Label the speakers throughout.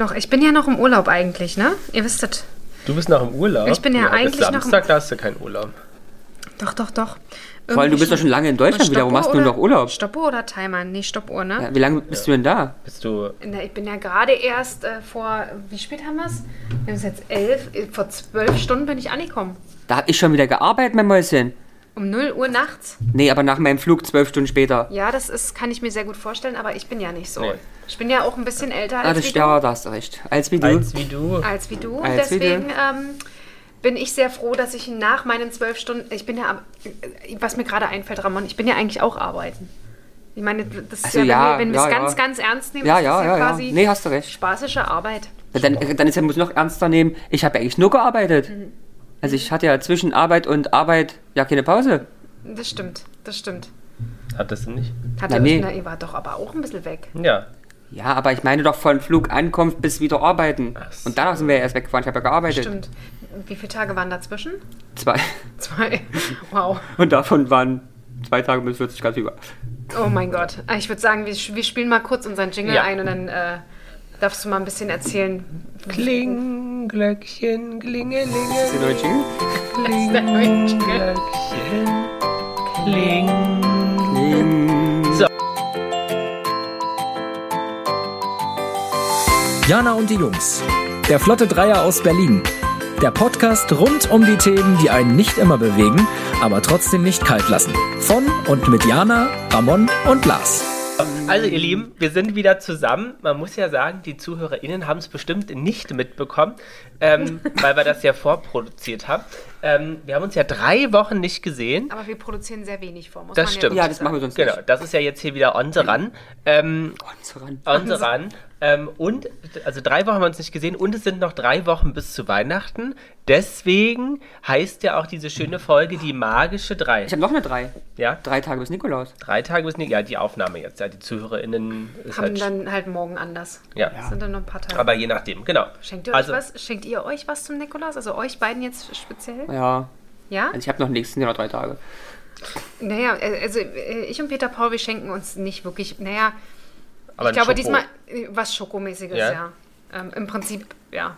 Speaker 1: Noch, ich bin ja noch im Urlaub eigentlich, ne? Ihr wisst das.
Speaker 2: Du bist noch im Urlaub.
Speaker 1: Ich bin ja eigentlich
Speaker 2: bis
Speaker 1: noch im-
Speaker 2: Samstag, da hast du keinen Urlaub.
Speaker 1: Doch, doch, doch.
Speaker 3: Vor allem, du bist doch schon lange in Deutschland wieder. Wo machst du denn noch Urlaub?
Speaker 1: Stoppuhr oder Timer? Nee, Stoppuhr, ne?
Speaker 3: Ja, wie lange bist du denn da?
Speaker 2: Bist du.
Speaker 1: Na, ich bin ja gerade erst äh, vor, wie spät haben wir es? Wir haben es jetzt elf, äh, vor zwölf Stunden bin ich angekommen.
Speaker 3: Da hab ich schon wieder gearbeitet, mein Mäuschen.
Speaker 1: Um 0 Uhr nachts.
Speaker 3: Nee, aber nach meinem Flug zwölf Stunden später.
Speaker 1: Ja, das ist, kann ich mir sehr gut vorstellen, aber ich bin ja nicht so.
Speaker 2: Nee.
Speaker 1: Ich bin ja auch ein bisschen älter
Speaker 3: Ah,
Speaker 1: als,
Speaker 3: das
Speaker 1: wie, du,
Speaker 3: ja, da hast du recht. Als wie du.
Speaker 2: Eins wie du.
Speaker 1: als wie du.
Speaker 3: Als wie du.
Speaker 1: Deswegen ähm, bin ich sehr froh, dass ich nach meinen zwölf Stunden, ich bin ja, am- äh, was mir gerade einfällt, Ramon, ich bin ja eigentlich auch arbeiten. Ich meine, das ist
Speaker 3: Ach so,
Speaker 1: ja,
Speaker 3: Also ja,
Speaker 1: wenn, wir- wenn wir
Speaker 3: ja,
Speaker 1: es
Speaker 3: ja.
Speaker 1: ganz, ganz ernst nehmen,
Speaker 3: ja,
Speaker 1: ist
Speaker 3: ja,
Speaker 1: das
Speaker 3: ja, ja.
Speaker 1: quasi
Speaker 3: Nee, hast du recht.
Speaker 1: spaßische Arbeit.
Speaker 3: Dann, dann ist ja, muss noch ernster nehmen. Ich habe ja eigentlich nur gearbeitet.
Speaker 1: Mhm.
Speaker 3: Also ich hatte ja zwischen Arbeit und Arbeit ja keine Pause.
Speaker 1: Das stimmt, das stimmt.
Speaker 2: Hattest du nicht?
Speaker 1: Hat
Speaker 3: Na,
Speaker 1: er
Speaker 3: nee.
Speaker 1: na, ihr wart doch aber auch ein bisschen weg.
Speaker 2: Ja.
Speaker 3: Ja, aber ich meine doch von Flug, Ankunft bis wieder arbeiten.
Speaker 2: Ach so.
Speaker 3: Und danach sind wir ja erst weggefahren. Ich habe ja gearbeitet.
Speaker 1: Stimmt. Wie viele Tage waren dazwischen?
Speaker 3: Zwei.
Speaker 1: Zwei. Wow.
Speaker 3: Und davon waren zwei Tage bis 40 Grad über.
Speaker 1: Oh mein Gott. Ah, Ich würde sagen, wir, sch- wir spielen mal kurz unseren Jingle
Speaker 2: Ja.
Speaker 1: ein und dann äh, darfst du mal ein bisschen erzählen.
Speaker 2: Kling, Glöckchen,
Speaker 3: Ist der
Speaker 2: Klingelinge,
Speaker 3: neue Jingle?
Speaker 2: genau Glöckchen, Kling.
Speaker 4: Jana und die Jungs. Der Flotte Dreier aus Berlin. Der Podcast rund um die Themen, die einen nicht immer bewegen, aber trotzdem nicht kalt lassen. Von und mit Jana, Ramon und Lars.
Speaker 2: Also ihr Lieben, wir sind wieder zusammen. Man muss ja sagen, die ZuhörerInnen haben es bestimmt nicht mitbekommen, ähm, weil wir das ja vorproduziert haben. Ähm, wir haben uns ja drei Wochen nicht gesehen.
Speaker 1: Aber wir produzieren sehr wenig vor, muss
Speaker 2: Das
Speaker 1: man
Speaker 2: stimmt.
Speaker 1: Ja,
Speaker 3: Ja,
Speaker 1: gut
Speaker 3: das
Speaker 1: sagen.
Speaker 3: machen wir sonst
Speaker 2: Genau,
Speaker 3: nicht. Oh,
Speaker 2: das ist ja jetzt hier wieder unsere ran. Ähm,
Speaker 3: So ran.
Speaker 1: Also,
Speaker 2: unsere ran. Ähm, und, also drei Wochen haben wir uns nicht gesehen und es sind noch drei Wochen bis zu Weihnachten. Deswegen heißt ja auch diese schöne Folge die magische Drei.
Speaker 3: Ich habe noch eine drei.
Speaker 2: Ja,
Speaker 3: Drei Tage bis Nikolaus.
Speaker 2: drei Tage bis nicht. Ja, die Aufnahme jetzt. Ja, die ZuhörerInnen ist
Speaker 1: Haben
Speaker 2: halt.
Speaker 1: dann halt morgen anders.
Speaker 2: ja.
Speaker 1: Sind dann noch ein paar Tage.
Speaker 2: aber je nachdem, genau.
Speaker 1: Schenkt ihr,
Speaker 2: also,
Speaker 1: euch was? Schenkt ihr euch was zum Nikolaus? Also euch beiden jetzt speziell?
Speaker 3: Ja.
Speaker 1: Ja?
Speaker 3: Also ich habe noch nächsten Jahr noch drei Tage.
Speaker 1: Naja, äh, also äh, ich und Peter Paul, wir schenken uns nicht wirklich. Naja,
Speaker 2: Aber
Speaker 1: ich glaube
Speaker 2: ein Schoko.
Speaker 1: diesmal äh, was Schokomäßiges,
Speaker 2: Ja.
Speaker 1: ja. Ähm, Im Prinzip, ja.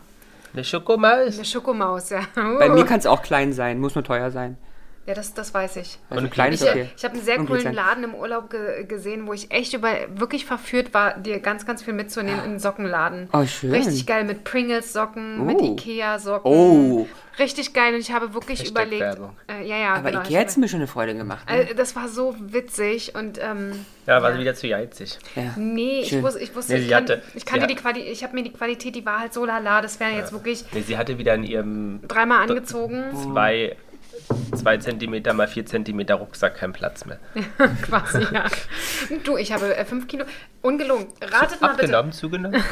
Speaker 2: Eine Schokomaus.
Speaker 1: Eine Schokomaus, ja.
Speaker 3: Bei mir kann es auch klein sein, muss nur teuer sein.
Speaker 1: Ja, das, das weiß ich.
Speaker 3: Also
Speaker 2: Und
Speaker 3: klein
Speaker 2: ich-
Speaker 3: ist
Speaker 1: Ich,
Speaker 3: okay.
Speaker 1: ich habe einen sehr
Speaker 3: Und
Speaker 1: coolen
Speaker 3: Glitzer.
Speaker 1: Laden im Urlaub ge gesehen, wo ich echt über wirklich verführt war, dir ganz, ganz viel mitzunehmen in den Sockenladen.
Speaker 3: Oh, schön.
Speaker 1: Richtig geil mit Pringles-Socken, mit
Speaker 3: Oh.
Speaker 1: Ikea-Socken.
Speaker 3: Oh.
Speaker 1: Richtig geil. Und ich habe wirklich
Speaker 2: Hashtag
Speaker 1: überlegt.
Speaker 2: Werbung.
Speaker 1: Äh, ja, ja,
Speaker 3: Aber
Speaker 1: genau,
Speaker 3: Ikea
Speaker 1: ich
Speaker 3: hat mir schon eine Freude gemacht. Ne?
Speaker 1: habe- äh, das war so witzig und ähm,
Speaker 2: Ja, war wieder zu geizig.
Speaker 3: ja.
Speaker 1: nee, ich
Speaker 3: Schön.
Speaker 1: wusste, ich wusste,
Speaker 2: Nee,
Speaker 1: ich,
Speaker 2: sie
Speaker 1: kann,
Speaker 2: hatte-
Speaker 1: ich kannte
Speaker 2: sie
Speaker 1: die Qualität, ich habe mir die Qualität, die war halt so lala, das wäre jetzt wirklich
Speaker 2: Nee, sie hatte wieder in ihrem
Speaker 1: dreimal angezogen.
Speaker 2: zwei, zwei Zentimeter mal vier Zentimeter Rucksack keinen Platz mehr.
Speaker 1: Quasi, ja. Du, ich habe äh, fünf Kilo. Ungelogen. Ratet mal bitte.
Speaker 2: Abgenommen, zugenommen.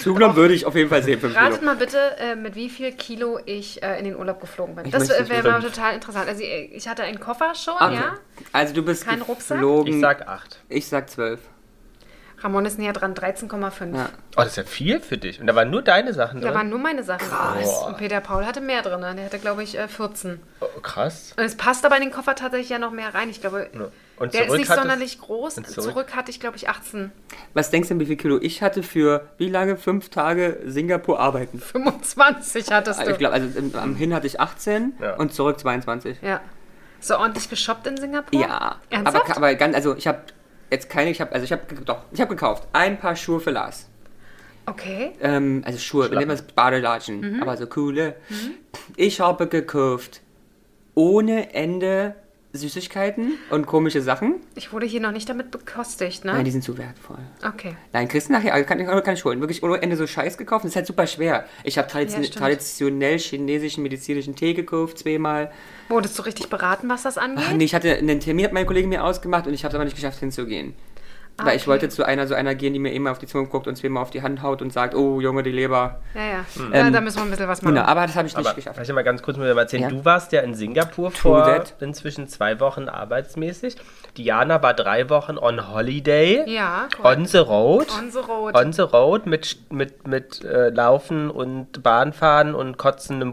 Speaker 3: Zugenommen würde ich auf jeden Fall sehen. Fünf
Speaker 1: Ratet
Speaker 3: Kilo.
Speaker 1: mal bitte, äh, mit wie viel Kilo ich äh, in den Urlaub geflogen bin.
Speaker 3: Ich
Speaker 1: das
Speaker 3: möchte es
Speaker 1: wäre mal
Speaker 3: wissen.
Speaker 1: total interessant. Also äh, ich hatte einen Koffer schon,
Speaker 3: Okay.
Speaker 1: ja.
Speaker 3: Also du bist
Speaker 1: Kein Rucksack?
Speaker 3: geflogen.
Speaker 2: Ich sag acht.
Speaker 3: ich sag zwölf.
Speaker 1: Ramon ist näher dran, 13,5.
Speaker 3: Ja.
Speaker 2: Oh, das ist ja viel für dich. Und da waren nur deine Sachen
Speaker 1: Da
Speaker 2: drin.
Speaker 1: waren nur meine Sachen. Krass. Und Peter Paul hatte mehr drin. ne? Der hatte, glaube ich, äh, 14.
Speaker 2: oh, krass.
Speaker 1: Und es passt aber in den Koffer tatsächlich ja noch mehr rein. Ich glaube,
Speaker 2: Und
Speaker 1: der ist nicht
Speaker 2: hattest-
Speaker 1: sonderlich groß.
Speaker 2: Und
Speaker 1: Zurück.
Speaker 2: zurück?
Speaker 1: hatte ich, glaube ich, 18.
Speaker 3: Was denkst du denn, wie viel Kilo ich hatte für wie lange? Fünf Tage Singapur arbeiten.
Speaker 1: 25 hattest du.
Speaker 3: Ich glaube, also im- am Hin hatte ich 18
Speaker 2: Ja.
Speaker 3: und zurück 22.
Speaker 1: ja. So ordentlich geshoppt in Singapur?
Speaker 3: Ja, aber,
Speaker 1: Ernsthaft?
Speaker 3: ka- aber ganz, also ich habe jetzt keine, ich habe, also ich habe, doch, ich habe gekauft ein paar Schuhe für Lars.
Speaker 1: okay.
Speaker 3: Ähm, also Schuhe, wir
Speaker 2: Schlappen.
Speaker 3: nehmen es Badelatschen,
Speaker 1: Mhm.
Speaker 3: aber so coole. Ich habe gekauft ohne Ende Süßigkeiten und komische Sachen.
Speaker 1: Ich wurde hier noch nicht damit bekostigt,
Speaker 3: Nein, die
Speaker 1: ne?
Speaker 3: sind zu wertvoll.
Speaker 1: Okay.
Speaker 3: Nein, kriegst du nachher, also kann, kann, kann ich holen. Wirklich ohne Ende so Scheiß gekauft. Das ist halt super schwer. Ich habe tradition
Speaker 1: Ja, stimmt.
Speaker 3: traditionell chinesischen medizinischen Tee gekauft, zweimal.
Speaker 1: Wurdest du richtig beraten, was das angeht?
Speaker 3: Ach nee, ich hatte einen Termin, hat mein Kollege mir ausgemacht und ich habe es aber nicht geschafft hinzugehen. Weil ich
Speaker 1: okay.
Speaker 3: wollte zu einer so einer gehen, die mir immer auf die Zunge guckt und zweimal auf die Hand haut und sagt, oh Junge, die Leber.
Speaker 1: Ja, ja. ja da müssen wir ein bisschen was machen.
Speaker 3: Hm. Ähm, Genau, aber das habe ich nicht
Speaker 2: Aber
Speaker 3: geschafft.
Speaker 2: vielleicht mal ganz kurz muss ich mal erzählen.
Speaker 3: Ja.
Speaker 2: Du warst ja in Singapur vor
Speaker 3: that.
Speaker 2: inzwischen zwei Wochen arbeitsmäßig. Diana war drei Wochen on Holiday.
Speaker 1: Ja, korrekt.
Speaker 2: On the road.
Speaker 1: On the road.
Speaker 2: On the road mit, mit, mit äh, Laufen und Bahnfahren und kotzenden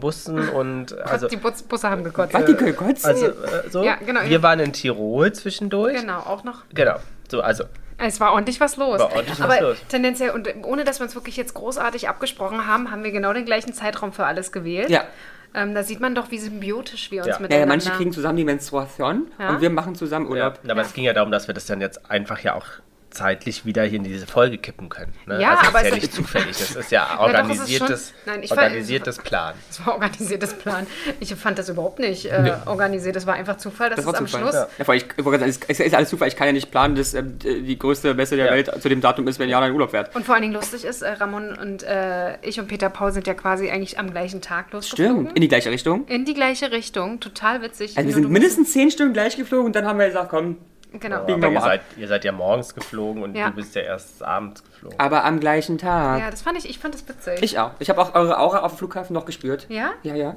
Speaker 2: Bussen und also,
Speaker 1: die Bus Busse haben gekotzt.
Speaker 3: Was, die können kotzen?
Speaker 2: also äh, so.
Speaker 1: Ja, genau.
Speaker 2: Wir waren in Tirol zwischendurch.
Speaker 1: genau, auch noch.
Speaker 2: Genau. So, also
Speaker 1: Es war ordentlich was los.
Speaker 2: War ordentlich was
Speaker 1: Aber
Speaker 2: los.
Speaker 1: tendenziell, und ohne dass wir uns wirklich jetzt großartig abgesprochen haben, haben wir genau den gleichen Zeitraum für alles gewählt.
Speaker 3: Ja.
Speaker 1: Ähm, da sieht man doch, wie symbiotisch wir uns
Speaker 2: Ja.
Speaker 3: Ja, ja,
Speaker 1: miteinander...
Speaker 3: manche kriegen zusammen die Menstruation
Speaker 1: Ja.
Speaker 3: und wir machen zusammen
Speaker 2: Ja,
Speaker 3: Urlaub.
Speaker 2: aber es ging ja darum, dass wir das dann jetzt einfach ja auch zeitlich wieder hier in diese Folge kippen können. Ne?
Speaker 1: Ja,
Speaker 2: also das
Speaker 1: aber
Speaker 2: ist ja
Speaker 1: es-
Speaker 2: nicht zufällig. Das ist ja
Speaker 1: doch, es ist
Speaker 2: organisiertes,
Speaker 1: schon- Nein, ich ver-
Speaker 2: organisiertes Plan.
Speaker 1: Das war organisiertes Plan. Ich fand das überhaupt nicht äh, organisiert. Das war einfach Zufall, dass
Speaker 3: Das
Speaker 1: das
Speaker 3: war
Speaker 1: es am
Speaker 3: Zufall.
Speaker 1: Schluss...
Speaker 3: Ja. Ja, vor allem, ich, ich wollte gerade sagen, es ist alles Zufall. Ich kann ja nicht planen, dass ähm, die größte Messe der
Speaker 2: Ja.
Speaker 3: Welt zu dem Datum ist, wenn Jana in Urlaub fährt.
Speaker 1: Und vor allen Dingen lustig ist, äh, Ramon und äh, ich und Peter Paul sind ja quasi eigentlich am gleichen Tag losgeflogen.
Speaker 3: Stimmt. In die gleiche Richtung.
Speaker 1: In die gleiche Richtung. Total witzig.
Speaker 3: Also wir
Speaker 1: Nur
Speaker 3: sind
Speaker 1: du-
Speaker 3: mindestens zehn Stunden gleich geflogen und dann haben wir gesagt, komm.
Speaker 1: Genau.
Speaker 2: Aber
Speaker 3: Biegen wir
Speaker 2: ihr
Speaker 3: mal ab.
Speaker 2: seid, ihr seid ja morgens geflogen und
Speaker 1: Ja.
Speaker 2: du bist ja erst abends geflogen.
Speaker 3: Aber am gleichen Tag.
Speaker 1: Ja, das fand ich, ich fand das witzig.
Speaker 3: Ich auch. Ich habe auch eure Aura auf dem Flughafen noch gespürt.
Speaker 1: ja? Oh.
Speaker 3: Ja, ja.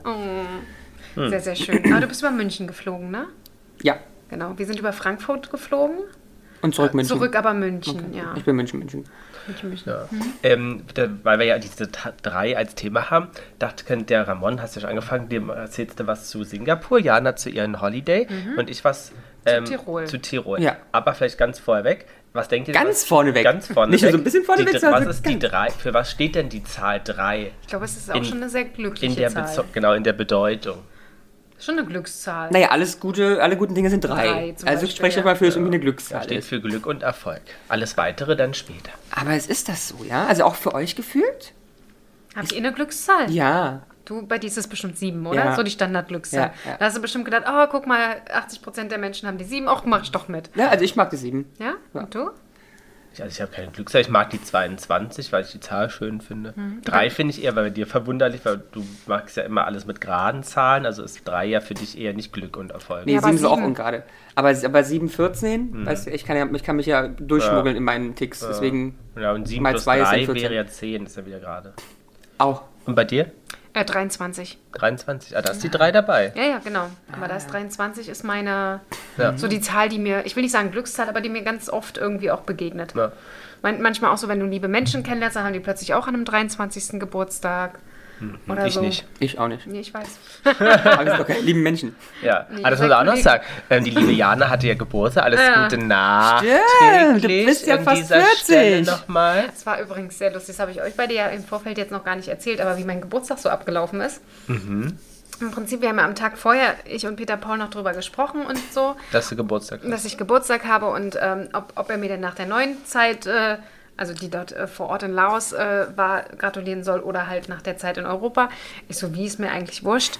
Speaker 2: Hm.
Speaker 1: Sehr, sehr schön. Aber du bist über München geflogen, ne?
Speaker 3: Ja.
Speaker 1: Genau. Wir sind über Frankfurt geflogen,
Speaker 3: Und zurück München.
Speaker 1: Äh, zurück aber München, ja.
Speaker 3: Ich bin München, München.
Speaker 1: München, München.
Speaker 2: Ja. Ähm, da, weil wir ja diese Ta- drei als Thema haben, dachte, könnt der Ramon, hast du schon angefangen, dem erzählst du was zu Singapur, Jana zu ihren Holiday und ich was ähm,
Speaker 1: Mhm. Tirol.
Speaker 2: Zu Tirol.
Speaker 3: Ja.
Speaker 2: Aber vielleicht ganz vorweg, was denkt ihr?
Speaker 3: Ganz
Speaker 2: was,
Speaker 3: vorneweg.
Speaker 2: Ganz vorneweg.
Speaker 3: Nicht nur so ein bisschen vorneweg,
Speaker 2: Die,
Speaker 3: sondern
Speaker 2: was ist die
Speaker 3: ganz-
Speaker 2: drei? Für was steht denn die Zahl 3
Speaker 1: Ich glaube, es ist auch
Speaker 2: In-
Speaker 1: schon eine sehr glückliche
Speaker 2: in der Bezo-
Speaker 1: Zahl.
Speaker 2: genau in der Bedeutung?
Speaker 1: Schon eine Glückszahl.
Speaker 3: Naja, alles gute, alle guten Dinge sind drei.
Speaker 1: Drei zum
Speaker 3: also
Speaker 1: Beispiel,
Speaker 3: ich spreche
Speaker 1: ja.
Speaker 3: mal für, dass irgendwie eine
Speaker 2: Da
Speaker 3: Glückszahl
Speaker 2: steht
Speaker 3: ist.
Speaker 2: für Glück und Erfolg. Alles weitere dann später.
Speaker 3: Aber es ist das so, ja? Also auch für euch gefühlt?
Speaker 1: Habt ihr eh eine Glückszahl?
Speaker 3: Ja.
Speaker 1: Du, bei dir ist es bestimmt sieben, oder?
Speaker 3: Ja.
Speaker 1: So die Standardglückszahl.
Speaker 3: Ja, ja.
Speaker 1: Da hast du bestimmt gedacht, oh, guck mal, 80% der Menschen haben die sieben, auch mach ich doch mit.
Speaker 3: Ja, also ich mag die sieben.
Speaker 1: Ja? Und du?
Speaker 2: Ich, also ich habe keine Glückszahl. Ich mag die 22, weil ich die Zahl schön finde.
Speaker 3: Mhm.
Speaker 2: Drei finde ich eher bei dir verwunderlich, weil du magst ja immer alles mit geraden Zahlen. Also ist drei ja für dich eher nicht Glück und Erfolg.
Speaker 3: Nee,
Speaker 1: Ja, aber
Speaker 3: sieben sind auch
Speaker 1: sieben.
Speaker 3: ungerade. Aber, aber sieben, 14, weißt du, ich kann, ja, ich kann mich ja durchschmuggeln in meinen Ticks. Deswegen
Speaker 2: Mhm. Ja, und 7
Speaker 3: mal
Speaker 2: plus
Speaker 3: zwei ist ja
Speaker 2: 3
Speaker 3: 14.
Speaker 2: wäre ja 10, ist ja wieder gerade.
Speaker 3: auch.
Speaker 2: Und bei dir?
Speaker 1: Äh, 23.
Speaker 2: 23. Ah, da ist die 3 dabei.
Speaker 1: Ja, ja, genau. Aber das
Speaker 3: Ah.
Speaker 1: 23 ist meine,
Speaker 2: Ja.
Speaker 1: so die Zahl, die mir, ich will nicht sagen Glückszahl, aber die mir ganz oft irgendwie auch begegnet.
Speaker 2: Ja.
Speaker 1: Man, manchmal auch so, wenn du liebe Menschen kennenlernst, dann haben die plötzlich auch an einem 23. Geburtstag. Oder
Speaker 2: Hm, ich
Speaker 1: so.
Speaker 2: nicht.
Speaker 3: Ich auch nicht.
Speaker 1: Nee, ich weiß.
Speaker 3: Aber wir sind doch keine lieben Menschen.
Speaker 2: Ja, ah, das
Speaker 1: bei
Speaker 2: muss man auch noch
Speaker 1: Kollegen.
Speaker 2: sagen. Ähm, die liebe Jana hatte ja Geburtstag. Alles
Speaker 1: Ja.
Speaker 2: Gute nach.
Speaker 3: du bist ja fast 40.
Speaker 2: nochmal.
Speaker 1: Das war übrigens sehr lustig, das habe ich euch beide ja im Vorfeld jetzt noch gar nicht erzählt, aber wie mein Geburtstag so abgelaufen ist.
Speaker 2: Mhm.
Speaker 1: Im Prinzip, wir haben ja am Tag vorher, ich und Peter Paul, noch drüber gesprochen und so.
Speaker 2: Dass du Geburtstag hast.
Speaker 1: dass ich Geburtstag habe und ähm, ob, ob er mir denn nach der neuen Zeit, äh, also die dort äh, vor Ort in Laos äh, war, gratulieren soll oder halt nach der Zeit in Europa. Ich so, wie ist mir eigentlich wurscht.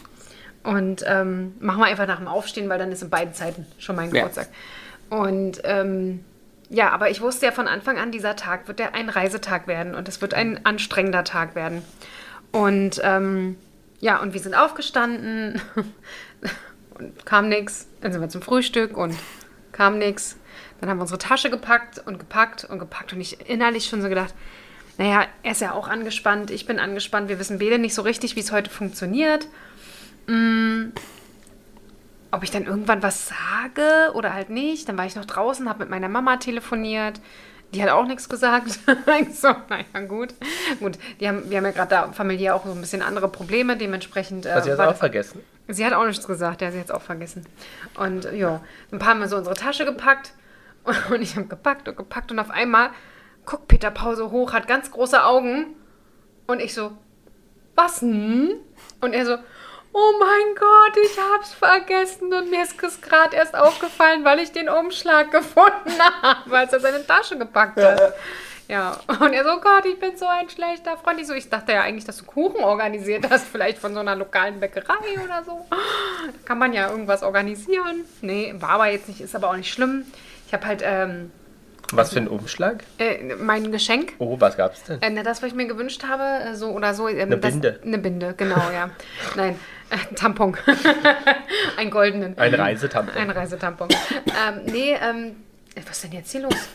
Speaker 1: Und ähm, machen wir einfach nach dem Aufstehen, weil dann ist in beiden Zeiten schon mein
Speaker 3: Ja.
Speaker 1: Geburtstag. Und ähm, ja, aber ich wusste ja von Anfang an, dieser Tag wird der ein Reisetag werden und es wird ein anstrengender Tag werden. Und ähm, ja, und wir sind aufgestanden und kam nix. Dann sind wir zum Frühstück und kam nix. Dann haben wir unsere Tasche gepackt und gepackt und gepackt und ich innerlich schon so gedacht, naja, er ist ja auch angespannt, ich bin angespannt, wir wissen beide nicht so richtig, wie es heute funktioniert. Mm, Ob ich dann irgendwann was sage oder halt nicht. Dann war ich noch draußen, habe mit meiner Mama telefoniert. Die hat auch nichts gesagt. ich so, naja, gut. Gut, die haben, wir haben ja gerade da familiär auch so ein bisschen andere Probleme. Dementsprechend. Äh,
Speaker 2: Hast du das
Speaker 1: war
Speaker 2: auch
Speaker 1: das-
Speaker 2: vergessen?
Speaker 1: Sie hat auch nichts gesagt, ja, sie hat es auch vergessen. Und äh, ja, ein paar Mal so unsere Tasche gepackt und, ich habe gepackt und gepackt und auf einmal guckt Peter Paul so hoch, hat ganz große Augen und ich so, was denn? Und er so, oh mein Gott, ich hab's vergessen und mir ist es gerade erst aufgefallen, weil ich den Umschlag gefunden habe, als er seine Tasche gepackt hat. Ja, und er so, oh Gott, ich bin so ein schlechter Freund. Ich so, ich dachte ja eigentlich, dass du Kuchen organisiert hast, vielleicht von so einer lokalen Bäckerei oder so. Kann man ja irgendwas organisieren. Nee, war aber jetzt nicht, ist aber auch nicht schlimm. Ich habe halt ähm,
Speaker 2: Was für ein Umschlag?
Speaker 1: äh, mein Geschenk
Speaker 2: Oh, was gab's denn?
Speaker 1: äh, na, das, was ich mir gewünscht habe, äh, so oder so. Ähm,
Speaker 2: Eine
Speaker 1: das,
Speaker 2: Binde.
Speaker 1: Eine Binde, genau, ja. Nein, äh, ein Tampon. einen goldenen.
Speaker 2: Ein Reisetampon.
Speaker 1: Ein Reisetampon. ähm, nee, ähm, äh, was ist denn jetzt hier los?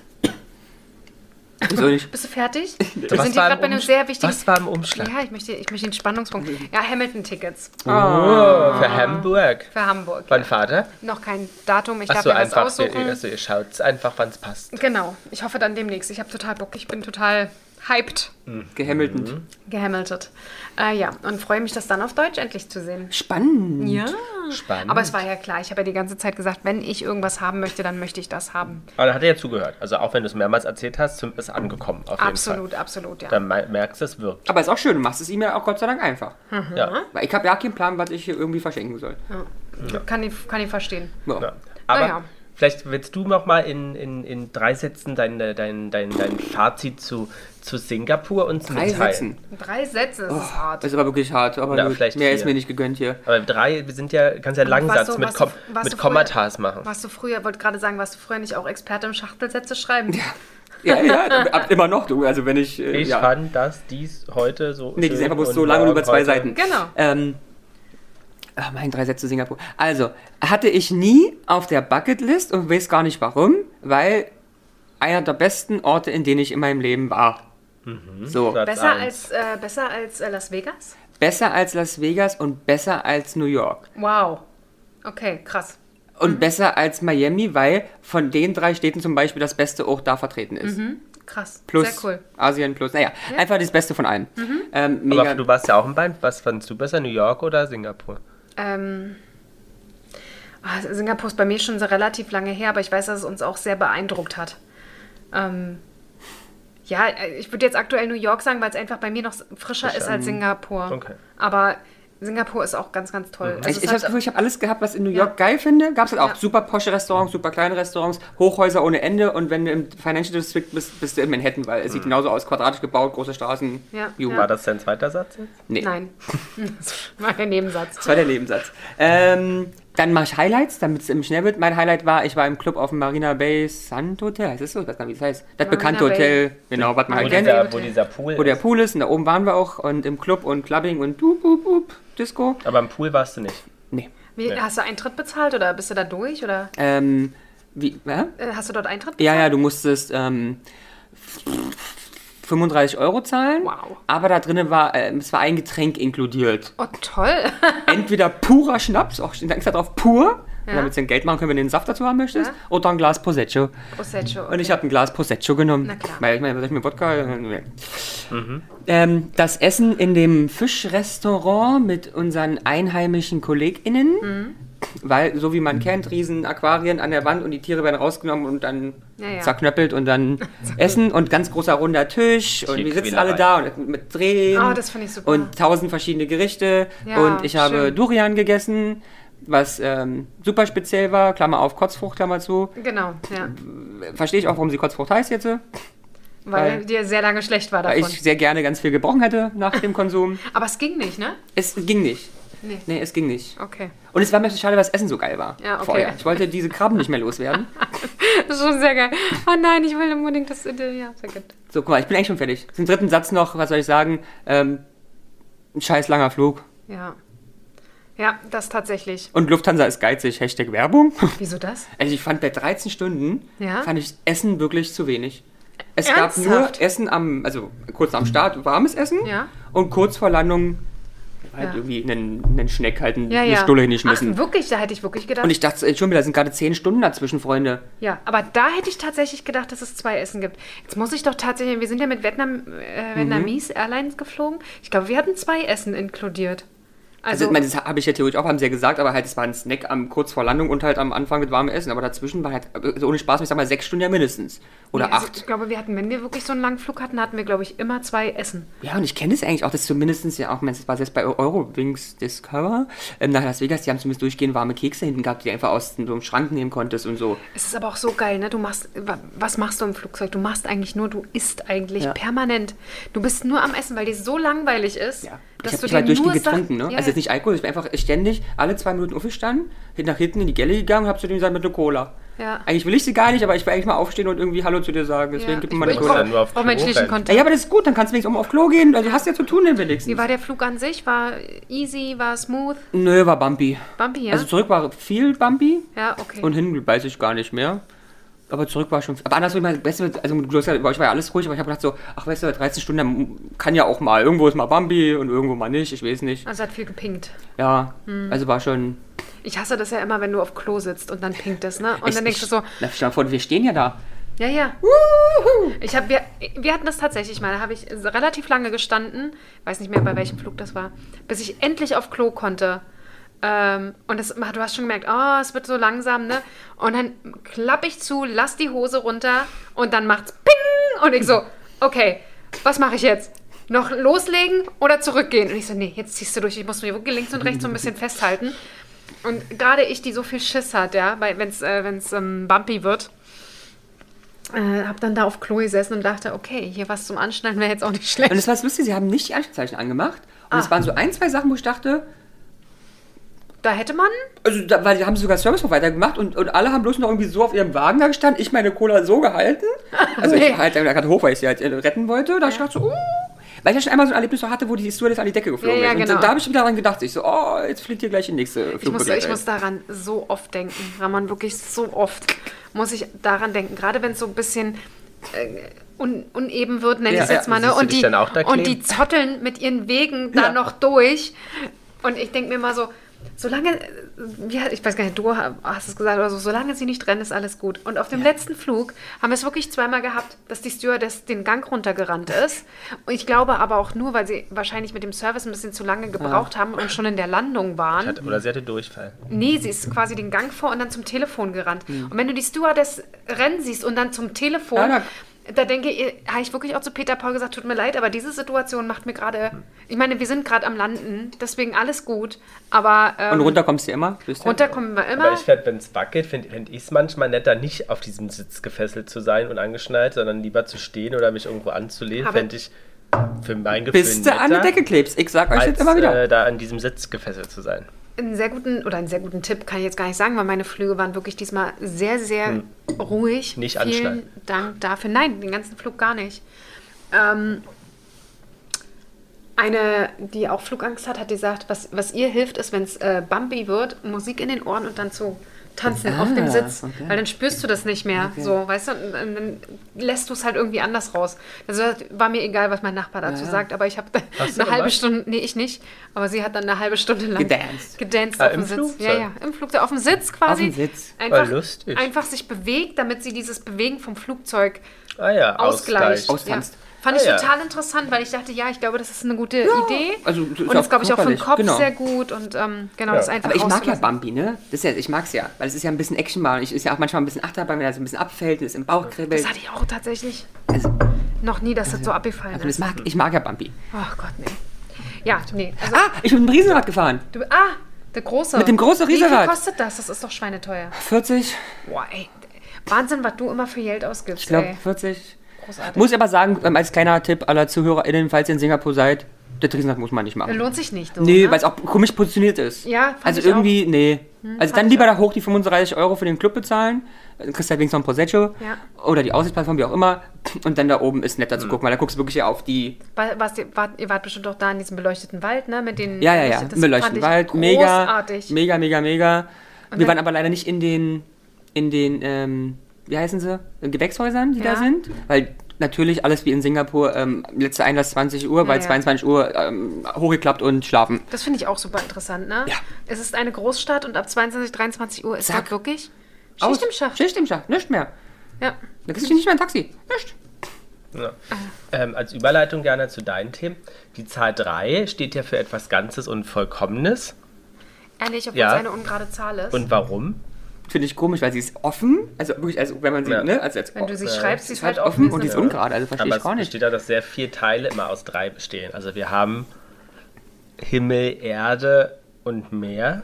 Speaker 3: Wieso nicht?
Speaker 1: Bist du fertig? Wir
Speaker 2: Was
Speaker 1: sind hier
Speaker 2: war im
Speaker 1: gerade bei einem
Speaker 2: Umsch-
Speaker 1: sehr wichtigen...
Speaker 2: Was war im Umschlag?
Speaker 1: Ja, ich möchte, ich möchte den Spannungspunkt.
Speaker 2: Mhm.
Speaker 1: Ja, Hamilton-Tickets
Speaker 2: Oh, für Hamburg.
Speaker 1: für Hamburg.
Speaker 2: Wann Vater?
Speaker 1: Noch kein Datum, ich darf
Speaker 2: Achso,
Speaker 1: mir was
Speaker 2: einfach.
Speaker 1: aussuchen.
Speaker 2: Ihr, also ihr schaut's einfach, wann's passt.
Speaker 1: Genau, ich hoffe dann demnächst. Ich habe total Bock, ich bin total hyped,
Speaker 3: Gehämmelten.
Speaker 2: Mhm. Mhm.
Speaker 1: gehamiltet. Äh, ja, und freue mich, das dann auf Deutsch endlich zu sehen.
Speaker 3: Spannend.
Speaker 1: Ja.
Speaker 2: Spannend.
Speaker 1: Aber es war ja klar, ich habe ja die ganze Zeit gesagt, wenn ich irgendwas haben möchte, dann möchte ich das haben.
Speaker 2: Aber da hat er ja zugehört. Also auch wenn du es mehrmals erzählt hast, zum- ist angekommen. Auf Jeden
Speaker 1: absolut,
Speaker 2: Fall.
Speaker 1: absolut, ja.
Speaker 2: Dann me- merkst du, es wirkt.
Speaker 3: Aber ist auch schön, du machst es ihm ja auch Gott sei Dank einfach.
Speaker 2: Ja.
Speaker 3: Weil ich habe ja keinen Plan, was ich hier irgendwie verschenken soll.
Speaker 1: Kann, ich, kann ich verstehen.
Speaker 3: Ja.
Speaker 2: Ja. Aber
Speaker 1: Naja.
Speaker 2: vielleicht willst du noch mal in, in, in drei Sätzen dein, dein, dein, dein Fazit zu, zu Singapur uns
Speaker 3: Drei
Speaker 2: mitteilen.
Speaker 3: Sätzen.
Speaker 1: Drei Sätze, das
Speaker 2: Oh,
Speaker 1: ist hart.
Speaker 2: also
Speaker 3: Ist aber wirklich hart, aber
Speaker 2: Na,
Speaker 3: gut, mehr
Speaker 2: vielleicht
Speaker 3: ist
Speaker 2: vier.
Speaker 3: mir nicht gegönnt hier.
Speaker 2: Aber drei, wir sind ja, kannst ja
Speaker 1: Warst
Speaker 2: Langsatz
Speaker 1: du-
Speaker 2: mit,
Speaker 1: warst
Speaker 2: Kom
Speaker 1: du- warst
Speaker 2: mit
Speaker 1: du früher-
Speaker 2: Kommatas machen.
Speaker 1: Warst du früher, wollte gerade sagen, warst du früher nicht auch Experte im Schachtelsätze schreiben?
Speaker 3: Ja, ja, ab, immer noch du. Also wenn ich. Äh,
Speaker 2: Ich
Speaker 3: ja.
Speaker 2: fand, dass dies heute so.
Speaker 3: Nee, die ist
Speaker 2: schön
Speaker 3: einfach bloß
Speaker 2: und
Speaker 3: so lang und
Speaker 2: morgen
Speaker 3: über zwei
Speaker 2: heute-
Speaker 3: Seiten.
Speaker 1: Genau.
Speaker 3: Ähm, ah, mein drei Sätze Singapur. Also, hatte ich nie auf der Bucketlist und weiß gar nicht warum, weil einer der besten Orte, in denen ich in meinem Leben war. So,
Speaker 2: Satz
Speaker 1: Besser
Speaker 2: eins.
Speaker 1: als, äh, besser als äh, Las Vegas?
Speaker 3: besser als Las Vegas und besser als New York.
Speaker 1: Wow. Okay, krass.
Speaker 3: Und
Speaker 1: Mhm.
Speaker 3: besser als Miami, weil von den drei Städten zum Beispiel das Beste auch da vertreten ist.
Speaker 1: Krass.
Speaker 3: Plus
Speaker 1: Mhm. Sehr cool. Mhm.
Speaker 3: Asien plus, naja, einfach das Beste von allem. Ähm, mega.
Speaker 2: Aber du warst ja auch im Band. Was fandst du besser, New York oder Singapur?
Speaker 1: Ähm, ah, Singapur ist bei mir schon so relativ lange her, aber ich weiß, dass es uns auch sehr beeindruckt hat. Ähm, ja, äh, ich würde jetzt aktuell New York sagen, weil es einfach bei mir noch frischer ist als Singapur.
Speaker 2: okay.
Speaker 1: Aber Singapur ist auch ganz, ganz toll. Also
Speaker 3: ich
Speaker 1: es
Speaker 3: ich habe
Speaker 1: hat-
Speaker 3: das Gefühl, ich habe alles gehabt, was ich in New York geil finde. Gab es halt auch
Speaker 1: Ja.
Speaker 3: super posche Restaurants, super kleine Restaurants, Hochhäuser ohne Ende. Und wenn du im Financial District bist, bist du in Manhattan, weil es sieht genauso aus, quadratisch gebaut, große Straßen.
Speaker 1: Mhm. Ja,
Speaker 3: Ju,
Speaker 1: ja.
Speaker 2: War das dein zweiter Satz? jetzt?
Speaker 3: Nee,
Speaker 1: Nein. das war der Nebensatz.
Speaker 3: das war der Nebensatz. Ähm, dann mache ich Highlights, damit es im Schnellbild. Mein Highlight war, ich war im Club auf dem Marina Bay Sand Hotel. Heißt das so? Ich weiß gar nicht, wie das heißt. Das bekannte
Speaker 1: Bay.
Speaker 3: Hotel, genau, was man
Speaker 2: Wo
Speaker 3: halt kennt.
Speaker 2: dieser, wo dieser Pool.
Speaker 3: Wo der
Speaker 2: ist.
Speaker 3: Pool ist und da oben waren wir auch und im Club und Clubbing und du, du, du, Disco.
Speaker 2: Aber im Pool warst du nicht.
Speaker 3: Nee.
Speaker 1: Wie, Hast du Eintritt bezahlt oder bist du da durch? Oder
Speaker 3: Ähm, wie, hä?
Speaker 1: äh, hast du dort Eintritt bezahlt?
Speaker 3: Ja, ja, du musstest ähm, 35 Euro zahlen.
Speaker 1: Wow.
Speaker 3: Aber da drinnen war, ähm, es war ein Getränk inkludiert.
Speaker 1: Oh, toll.
Speaker 3: Entweder purer Schnaps, oh, auch da ist da drauf pur, Und damit sie ein Geld machen können, wenn du den Saft dazu haben möchtest,
Speaker 1: Ja.
Speaker 3: oder ein Glas Prosecco.
Speaker 1: Prosecco.
Speaker 3: Und ich habe ein Glas Prosecco genommen.
Speaker 1: Na klar.
Speaker 3: Weil ich meine, was soll ich mir Wodka? Äh, nee. Ähm, das Essen in dem Fischrestaurant mit unseren einheimischen KollegInnen,
Speaker 1: Mhm.
Speaker 3: weil so wie man kennt, riesen Aquarien an der Wand und die Tiere werden rausgenommen und dann
Speaker 1: Ja, ja.
Speaker 3: zerknöppelt und dann essen und ganz großer runder Tisch und wir sitzen alle da und mit Drehen
Speaker 1: Ah, das finde ich super.
Speaker 3: und tausend verschiedene Gerichte
Speaker 1: Ja,
Speaker 3: und ich habe
Speaker 1: schön.
Speaker 3: Durian gegessen, was ähm, super speziell war, Klammer auf, Kotzfrucht, Klammer zu.
Speaker 1: Genau, ja.
Speaker 3: Verstehe ich auch, warum sie Kotzfrucht heißt jetzt.
Speaker 1: Weil
Speaker 3: Weil-
Speaker 1: dir sehr lange schlecht war
Speaker 3: Weil
Speaker 1: davon.
Speaker 3: ich sehr gerne ganz viel gebrochen hätte nach dem Konsum.
Speaker 1: Aber es ging nicht, ne?
Speaker 3: Es ging nicht.
Speaker 1: Nee.
Speaker 3: Nee, es ging nicht.
Speaker 1: Okay.
Speaker 3: Und es war mir so schade, weil das Essen so geil war.
Speaker 1: Ja, okay.
Speaker 3: Vorher. Ich wollte diese Krabben nicht mehr loswerden.
Speaker 1: Das ist schon sehr geil. Oh nein, ich will unbedingt das. Ja, sehr gut.
Speaker 3: So, guck mal, ich bin eigentlich schon fertig. Zum dritten Satz noch, was soll ich sagen? Ähm, ein scheiß langer Flug.
Speaker 1: Ja. Ja, das tatsächlich.
Speaker 3: Und Lufthansa ist geizig. Hashtag Werbung.
Speaker 1: Wieso das?
Speaker 3: Also ich fand bei 13 Stunden,
Speaker 1: Ja?
Speaker 3: fand ich Essen wirklich zu wenig. Es gab
Speaker 1: Ernsthaft?
Speaker 3: nur Essen am, also kurz am Start warmes Essen
Speaker 1: Ja.
Speaker 3: und kurz vor Landung halt
Speaker 1: Ja.
Speaker 3: irgendwie einen, einen Schneck halt, einen,
Speaker 1: Ja,
Speaker 3: eine
Speaker 1: ja.
Speaker 3: Stulle hingeschmissen.
Speaker 1: Ach, wirklich? Da hätte ich wirklich gedacht.
Speaker 3: Und ich dachte, äh, schon wieder sind gerade zehn Stunden dazwischen, Freunde.
Speaker 1: ja, aber da hätte ich tatsächlich gedacht, dass es zwei Essen gibt. Jetzt muss ich doch tatsächlich. Wir sind ja mit Vietnam, äh,
Speaker 3: Mhm.
Speaker 1: Vietnamese Airlines geflogen. Ich glaube, wir hatten zwei Essen inkludiert. Also,
Speaker 3: Also, ich meine, das habe ich ja theoretisch auch, haben sie ja gesagt, aber halt, es war ein Snack am, kurz vor Landung und halt am Anfang mit warmem Essen. Aber dazwischen war halt, also ohne Spaß, ich sag mal, sechs Stunden ja mindestens. Oder
Speaker 1: Nee, also
Speaker 3: acht.
Speaker 1: ich glaube, wir hatten, wenn wir wirklich so einen langen Flug hatten, hatten wir, glaube ich, immer zwei Essen.
Speaker 3: Ja, und ich kenne es eigentlich auch, dass zumindest ja auch, ich meine, das war jetzt bei Eurowings Discover ähm, nach Las Vegas, die haben zumindest durchgehend warme Kekse hinten gehabt, die du einfach aus so einem Schrank nehmen konntest und so.
Speaker 1: Es ist aber auch so geil, ne? Du machst, wa- was machst du im Flugzeug? Du machst eigentlich nur, du isst eigentlich
Speaker 3: Ja.
Speaker 1: permanent. Du bist nur am Essen, weil dir so langweilig ist,
Speaker 3: Ja.
Speaker 1: dass
Speaker 3: ich
Speaker 1: du
Speaker 3: habe
Speaker 1: dir
Speaker 3: halt
Speaker 1: nur
Speaker 3: durchgehend
Speaker 1: Sachen-
Speaker 3: getrunken, ne?
Speaker 1: Ja,
Speaker 3: Also jetzt nicht Alkohol, ich bin einfach ständig alle zwei Minuten aufgestanden, hin- nach hinten in die Gelle gegangen und hab zu dem gesagt, mit einer Cola.
Speaker 1: Ja.
Speaker 3: Eigentlich will ich sie gar nicht, aber ich will eigentlich mal aufstehen und irgendwie Hallo zu dir sagen. Deswegen
Speaker 1: ja.
Speaker 3: gib mir mal eine
Speaker 1: Ich
Speaker 2: Cola.
Speaker 1: brauch-
Speaker 3: Cola.
Speaker 2: Dann nur auf
Speaker 1: brauch
Speaker 2: Klo
Speaker 1: menschlichen
Speaker 2: rennen.
Speaker 1: Kontakt.
Speaker 3: Ja, aber das ist gut, dann kannst du wenigstens um auf Klo gehen, also hast ja zu tun denn wenigstens.
Speaker 1: Wie war der Flug an sich? War easy, war smooth,
Speaker 3: Nö, war bumpy.
Speaker 1: bumpy, ja?
Speaker 3: Also zurück war viel bumpy
Speaker 1: ja, okay.
Speaker 3: und hin weiß ich gar nicht mehr. Aber zurück war schon. Aber andersrum, ich meine, weißt du, also du hast ja, bei euch war ja alles ruhig, aber ich habe gedacht so, ach weißt du, 13 Stunden dann kann ja auch mal. Irgendwo ist mal Bambi und irgendwo mal nicht, ich weiß nicht.
Speaker 1: also hat viel gepinkt.
Speaker 3: Ja,
Speaker 1: Hm.
Speaker 3: also war schon.
Speaker 1: Ich hasse das ja immer, wenn du auf Klo sitzt und dann pinkt es, ne? Und
Speaker 3: ich,
Speaker 1: dann denkst du
Speaker 3: ich,
Speaker 1: so,
Speaker 3: Na, stell dir mal vor, wir stehen ja da.
Speaker 1: ja, ja. Ich hab, wir, wir hatten das tatsächlich mal. Da habe ich relativ lange gestanden, weiß nicht mehr, bei welchem Flug das war, bis ich endlich auf Klo konnte. Ähm, und das, du hast schon gemerkt, oh, es wird so langsam, ne? Und dann klappe ich zu, lass die Hose runter und dann macht's Ping! Und ich so, okay, was mache ich jetzt? Noch loslegen oder zurückgehen? Und ich so, nee, jetzt ziehst du durch, ich muss mir wirklich links und rechts so ein bisschen festhalten. Und gerade ich, die so viel Schiss hat, ja, wenn es äh, wenn's, ähm, bumpy wird, äh, habe dann da auf Klo gesessen und dachte, okay, hier was zum Anschneiden wäre jetzt auch nicht schlecht.
Speaker 3: Und es war lustig, sie haben nicht die Anzeichen angemacht. Und
Speaker 1: Ah.
Speaker 3: es waren so ein, zwei Sachen, wo ich dachte,
Speaker 1: da hätte man,
Speaker 3: also da, weil die haben sogar Service Provider gemacht und, und alle haben bloß noch irgendwie so auf ihrem Wagen da gestanden, ich meine Cola so gehalten. Also
Speaker 1: Nee.
Speaker 3: ich halte da gerade hoch, weil ich sie halt äh, retten wollte. Da ich dachte so, uh, weil ich ja schon einmal so ein Erlebnis hatte, wo die Stewardess an die Decke geflogen
Speaker 1: Ja, ja,
Speaker 3: ist. Und
Speaker 1: genau.
Speaker 3: da habe ich wieder daran gedacht, ich so, oh, jetzt fliegt hier gleich die nächste
Speaker 1: ich muss, ich
Speaker 3: ein.
Speaker 1: muss daran so oft denken, Ramon, wirklich so oft muss ich daran denken. Gerade wenn es so ein bisschen äh, un, uneben wird, nenne
Speaker 3: Ja,
Speaker 1: ich es jetzt
Speaker 3: ja.
Speaker 1: mal, ne?
Speaker 2: Siehst du
Speaker 1: Und
Speaker 2: dich
Speaker 1: die,
Speaker 2: dann auch da
Speaker 1: und die
Speaker 2: kleben?
Speaker 1: zotteln mit ihren Wegen da
Speaker 3: Ja.
Speaker 1: noch durch. Und ich denke mir mal so, solange, äh, wie hat- ich weiß gar nicht, du hast es gesagt oder so, solange sie nicht rennen, ist alles gut. Und auf dem letzten Flug haben wir es wirklich zweimal gehabt, dass die Stewardess den Gang runtergerannt ist. Und ich glaube aber auch nur, weil sie wahrscheinlich mit dem Service ein bisschen zu lange gebraucht haben und schon in der Landung waren.
Speaker 2: Hat, oder sie Ah. hatte Durchfall.
Speaker 1: Nee, sie ist quasi den Gang vor und dann zum Telefon gerannt. Und wenn du die Stewardess rennen siehst und dann zum Telefon,
Speaker 3: Hm. Ja,
Speaker 1: da denke ich, habe ich wirklich auch zu Peter Paul gesagt, tut mir leid, aber diese Situation macht mir gerade, ich meine, wir sind gerade am Landen, deswegen alles gut, aber ähm,
Speaker 3: Und runter kommst du immer?
Speaker 1: runter kommen wir immer.
Speaker 2: Aber ich fände, wenn es wackelt, finde find ich es manchmal netter, nicht auf diesem Sitz gefesselt zu sein und angeschnallt, sondern lieber zu stehen oder mich irgendwo anzulehnen,
Speaker 1: Aber-
Speaker 2: fände ich für mein Gefühl
Speaker 3: Bis du an die
Speaker 2: netter,
Speaker 3: Decke klebst. Ich sag euch
Speaker 2: als
Speaker 3: jetzt immer wieder.
Speaker 2: Äh, da an diesem Sitz gefesselt zu sein.
Speaker 1: einen sehr guten oder einen sehr guten Tipp kann ich jetzt gar nicht sagen, weil meine Flüge waren wirklich diesmal sehr, sehr ruhig.
Speaker 2: Nicht
Speaker 1: Vielen
Speaker 2: anschnallen.
Speaker 1: Dank dafür. Nein, den ganzen Flug gar nicht. Ähm, eine, die auch Flugangst hat, hat gesagt, was, was ihr hilft, ist, wenn es äh, bumpy wird, Musik in den Ohren und dann zu tanzen auf dem
Speaker 3: Ah,
Speaker 1: Sitz,
Speaker 3: okay.
Speaker 1: weil dann spürst du das nicht mehr. So, weißt du, und, und dann lässt du es halt irgendwie anders raus. Also das war mir egal, was mein Nachbar dazu
Speaker 3: ja.
Speaker 1: sagt, aber ich habe
Speaker 2: Hast du
Speaker 1: eine halbe
Speaker 2: gemacht?
Speaker 1: Stunde, nee, ich nicht, aber sie hat dann eine halbe Stunde lang
Speaker 3: Gedanced.
Speaker 1: gedanced
Speaker 2: Ah,
Speaker 1: auf dem
Speaker 2: im
Speaker 1: Sitz.
Speaker 2: Flugzeug?
Speaker 1: Ja, ja, im Flugzeug, auf dem Sitz quasi.
Speaker 3: Auf dem Sitz.
Speaker 1: Einfach,
Speaker 2: Ah, lustig.
Speaker 1: einfach sich bewegt, damit sie dieses Bewegen vom Flugzeug
Speaker 2: Ah ja,
Speaker 1: ausgleicht.
Speaker 2: Ausgleich.
Speaker 3: Austanzt.
Speaker 1: Ja. Fand
Speaker 2: Ah,
Speaker 1: ich
Speaker 2: ja.
Speaker 1: total interessant, weil ich dachte, ja, ich glaube, das ist eine gute Idee.
Speaker 3: also, das ist
Speaker 1: und das
Speaker 3: auch
Speaker 1: glaube ich auch für den
Speaker 3: körperlich,
Speaker 1: Kopf
Speaker 3: genau.
Speaker 1: sehr gut und ähm, genau
Speaker 2: Ja.
Speaker 1: das einfach
Speaker 3: Aber ich mag ja
Speaker 1: auszulassen.
Speaker 3: Bambi, ne? Das ist ja, ich mag's ja, weil es ist ja ein bisschen Action mal. Und ich ist ja auch manchmal ein bisschen Achterbahn, wenn er so ein bisschen abfällt und es im Bauch kribbelt.
Speaker 1: Das hatte ich auch tatsächlich
Speaker 3: Also,
Speaker 1: noch nie, dass das so abgefallen
Speaker 3: also das
Speaker 1: ist.
Speaker 3: mag, ich mag ja Bambi.
Speaker 1: Ach Gott, nee. Ja, nee. Also,
Speaker 3: Ah, ich bin mit dem Riesenrad gefahren.
Speaker 1: du, ah, der große.
Speaker 3: Mit dem großen
Speaker 1: Wie viel
Speaker 3: Riesenrad.
Speaker 1: kostet das? Das ist doch schweineteuer.
Speaker 3: 40,
Speaker 1: Boah, ey. Wahnsinn, was du immer für Geld ausgibst.
Speaker 3: ich glaube
Speaker 1: ey.
Speaker 3: 40.
Speaker 1: Großartig.
Speaker 3: Muss ich aber sagen, ähm, als kleiner Tipp aller ZuhörerInnen, falls ihr in Singapur seid, das Riesenrad muss man nicht machen.
Speaker 1: Lohnt sich nicht. So,
Speaker 3: Nee,
Speaker 1: ne?
Speaker 3: weil es auch komisch positioniert ist.
Speaker 1: Ja, fand
Speaker 3: Also
Speaker 1: ich Hm,
Speaker 3: irgendwie, nee. also
Speaker 1: fand
Speaker 3: dann
Speaker 1: ich
Speaker 3: lieber da hoch die 35 Euro für den Club bezahlen. Dann kriegst du halt wenigstens noch ein Prosecco.
Speaker 1: Ja. Hm.
Speaker 3: Oder die Aussichtsplattform, wie auch immer. Und dann da oben ist netter zu gucken, weil da guckst du wirklich ja auf die.
Speaker 1: War, warst, ihr, wart, ihr wart bestimmt auch da in diesem beleuchteten Wald, ne? Mit den
Speaker 3: Ja, ja, ja.
Speaker 1: das fand
Speaker 3: Beleuchten
Speaker 1: ich
Speaker 3: Wald. Mega.
Speaker 1: Großartig.
Speaker 3: Mega, mega, mega. Wir
Speaker 1: dann-
Speaker 3: waren aber leider nicht in den, in den, ähm, wie heißen sie? Gewächshäusern, die
Speaker 1: Ja.
Speaker 3: da sind. Weil natürlich alles wie in Singapur, ähm, letzter Einlass 20 Uhr, weil
Speaker 1: ja.
Speaker 3: 22 Uhr ähm, hochgeklappt und schlafen.
Speaker 1: Das finde ich auch super interessant, ne?
Speaker 3: Ja.
Speaker 1: Es ist eine Großstadt und ab 22, 23 Uhr ist dort
Speaker 3: Zack.
Speaker 1: wirklich
Speaker 3: Aus.
Speaker 1: Schicht im Schacht.
Speaker 3: Schicht im Schacht, nicht mehr.
Speaker 1: Ja.
Speaker 3: Da kriegst du nicht mehr ein Taxi. Nicht.
Speaker 2: Ja. Ähm, als Überleitung, Jana, zu deinen Themen. Die Zahl 3 steht ja für etwas Ganzes und Vollkommenes.
Speaker 1: Ehrlich, obwohl
Speaker 2: Ja.
Speaker 1: es eine ungerade Zahl ist.
Speaker 2: Und warum?
Speaker 3: Finde ich komisch, weil sie ist offen. Also wirklich, also wenn man sie,
Speaker 2: Ja.
Speaker 3: ne? Also als
Speaker 1: Wenn du sie schreibst, sie ist halt
Speaker 3: offen
Speaker 1: offen.
Speaker 3: und die ist
Speaker 1: ne?
Speaker 3: ungerade. Also verstehe
Speaker 2: Aber
Speaker 3: ich gar
Speaker 2: es
Speaker 3: nicht.
Speaker 2: besteht da, dass sehr viele Teile immer aus drei bestehen. Also wir haben Himmel, Erde und Meer.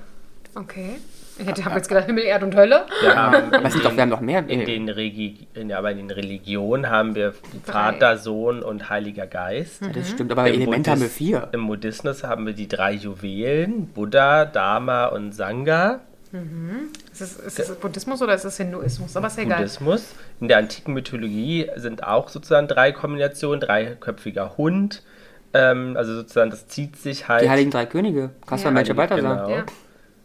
Speaker 1: Okay. Ich hätte hab jetzt gedacht, Himmel, Erde und Hölle.
Speaker 2: Wir haben
Speaker 3: Aber es sind doch, wir haben noch mehr.
Speaker 2: in den, Regi in, ja, aber in den Religionen haben wir Vater, Sohn und Heiliger Geist.
Speaker 3: das stimmt, aber Elemente haben wir
Speaker 2: Buddhis-
Speaker 3: vier.
Speaker 2: Im Buddhismus haben wir die drei Juwelen, Buddha, Dharma und Sangha.
Speaker 1: Ist es, ist es Buddhismus oder ist es Hinduismus? Aber ist ja egal.
Speaker 2: Buddhismus. In der antiken Mythologie sind auch sozusagen drei Kombinationen, dreiköpfiger Hund. Ähm, also sozusagen, das zieht sich halt.
Speaker 3: Die Heiligen Drei Könige. Kaspar
Speaker 1: Ja.
Speaker 3: ja, Melcher Balthasar.
Speaker 2: Genau.
Speaker 1: Ja.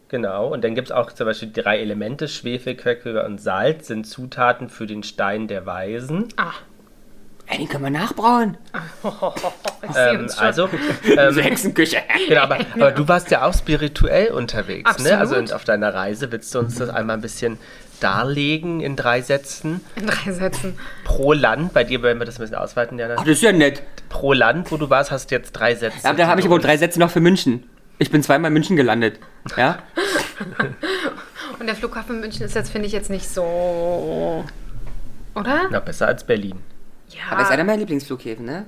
Speaker 2: genau. Und dann gibt es auch zum Beispiel die drei Elemente, Schwefel, Quecksilber und Salz sind Zutaten für den Stein der Weisen.
Speaker 1: Ah.
Speaker 3: Ey, den können wir nachbrauen.
Speaker 1: Ich sehe
Speaker 2: Ähm,
Speaker 1: uns schon.
Speaker 2: also,
Speaker 3: Also Hexenküche.
Speaker 2: genau, aber, aber du warst ja auch spirituell unterwegs,
Speaker 1: Absolut.
Speaker 2: ne? Also in- auf deiner Reise willst du uns das einmal ein bisschen darlegen in drei Sätzen
Speaker 1: in drei Sätzen.
Speaker 2: pro Land. Bei dir werden wir das ein bisschen ausweiten, Jana.
Speaker 3: Ach, das ist ja nett.
Speaker 2: pro Land, wo du warst, hast du jetzt drei Sätze.
Speaker 3: Ja, aber da habe ich wohl drei Sätze noch für München. Ich bin zweimal in München gelandet. Ja?
Speaker 1: Und der Flughafen München ist jetzt, finde ich, jetzt nicht so. Oder?
Speaker 2: Na, besser als Berlin.
Speaker 1: Ja.
Speaker 3: Aber ist einer meiner Lieblingsflughäfen, ne?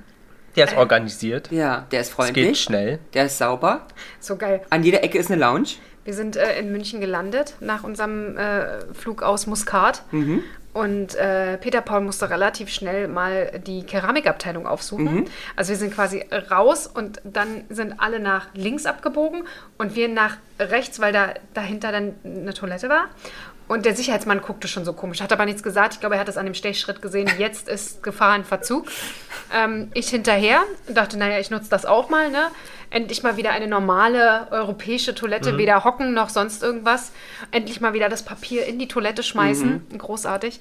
Speaker 2: Der ist organisiert.
Speaker 3: Ja, der ist
Speaker 2: Es geht
Speaker 3: freundlich,
Speaker 2: schnell.
Speaker 3: der ist sauber.
Speaker 1: so geil.
Speaker 3: An jeder Ecke ist eine Lounge.
Speaker 1: Wir sind äh, in München gelandet nach unserem äh, Flug aus Muscat. Und äh, Peter Paul musste relativ schnell mal die Keramikabteilung aufsuchen. Also wir sind quasi raus und dann sind alle nach links abgebogen und wir nach rechts, weil da dahinter dann eine Toilette war. Und der Sicherheitsmann guckte schon so komisch, hat aber nichts gesagt. Ich glaube, er hat es an dem Stechschritt gesehen. Jetzt ist Gefahr in Verzug. Ähm, ich hinterher und dachte, naja, ich nutze das auch mal. Ne? Endlich mal wieder eine normale europäische Toilette, weder hocken noch sonst irgendwas. Endlich mal wieder das Papier in die Toilette schmeißen. Großartig.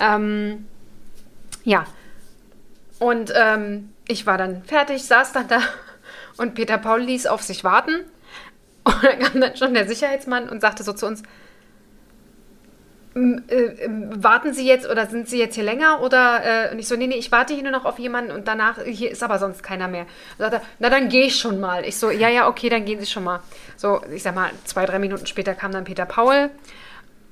Speaker 1: Ähm, ja. Und ähm, ich war dann fertig, saß dann da und Peter Paul ließ auf sich warten. Und dann kam dann schon der Sicherheitsmann und sagte so zu uns, "M, äh, ähm, warten Sie jetzt oder sind Sie jetzt hier länger oder äh, und ich so, nee, nee, ich warte hier nur noch auf jemanden und danach, hier ist aber sonst keiner mehr. Und sagt er, na dann gehe ich schon mal. Ich so, ja, ja, okay, dann gehen Sie schon mal. So, ich sag mal, zwei, drei Minuten später kam dann Peter Paul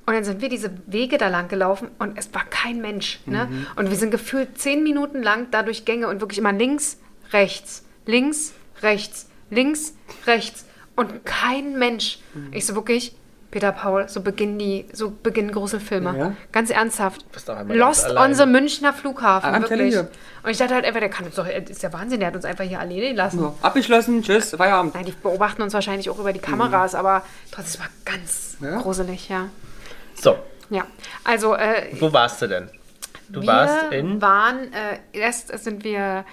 Speaker 1: und dann sind wir diese Wege da lang gelaufen und es war kein Mensch. Ne?
Speaker 2: Mhm.
Speaker 1: Und wir sind gefühlt zehn Minuten lang da durch Gänge und wirklich immer links, rechts, links, rechts, links, rechts und kein Mensch.
Speaker 2: Mhm.
Speaker 1: Ich so wirklich, Peter Paul, so beginnen die, so beginnen Gruselfilme.
Speaker 3: Ja.
Speaker 1: Ganz ernsthaft.
Speaker 2: bist doch einmal ganz
Speaker 1: Lost on
Speaker 2: alleine.
Speaker 1: the Münchner Flughafen,
Speaker 3: Ah, am
Speaker 1: wirklich.
Speaker 3: Telly.
Speaker 1: Und ich dachte halt einfach, der kann uns doch, ist ja Wahnsinn, der hat uns einfach hier alleine lassen.
Speaker 3: So, abgeschlossen, tschüss, Feierabend.
Speaker 1: Nein, die beobachten uns wahrscheinlich auch über die
Speaker 2: Mhm.
Speaker 1: Kameras, aber trotzdem es war ganz
Speaker 3: Ja.
Speaker 1: gruselig, ja.
Speaker 2: So,
Speaker 1: Ja, also äh,
Speaker 2: wo warst du denn? Du
Speaker 1: wir
Speaker 2: warst in.
Speaker 1: waren, äh, erst sind wir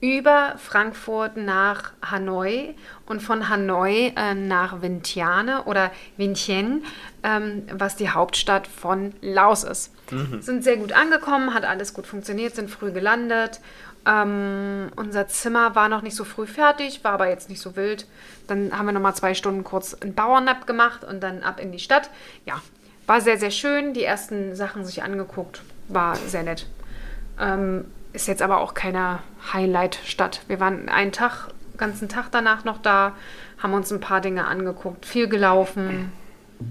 Speaker 1: über Frankfurt nach Hanoi und von Hanoi äh, nach Vientiane oder Vientiane, ähm, was die Hauptstadt von Laos ist. Sind sehr gut angekommen, hat alles gut funktioniert, sind früh gelandet. Ähm, unser Zimmer war noch nicht so früh fertig, war aber jetzt nicht so wild. Dann haben wir nochmal zwei Stunden kurz einen Bauernab gemacht und dann ab in die Stadt. Ja, war sehr, sehr schön. Die ersten Sachen sich angeguckt. War sehr nett. Ähm, ist jetzt aber auch keine Highlight-Stadt. Wir waren einen Tag, ganzen Tag danach noch da, haben uns ein paar Dinge angeguckt, viel gelaufen.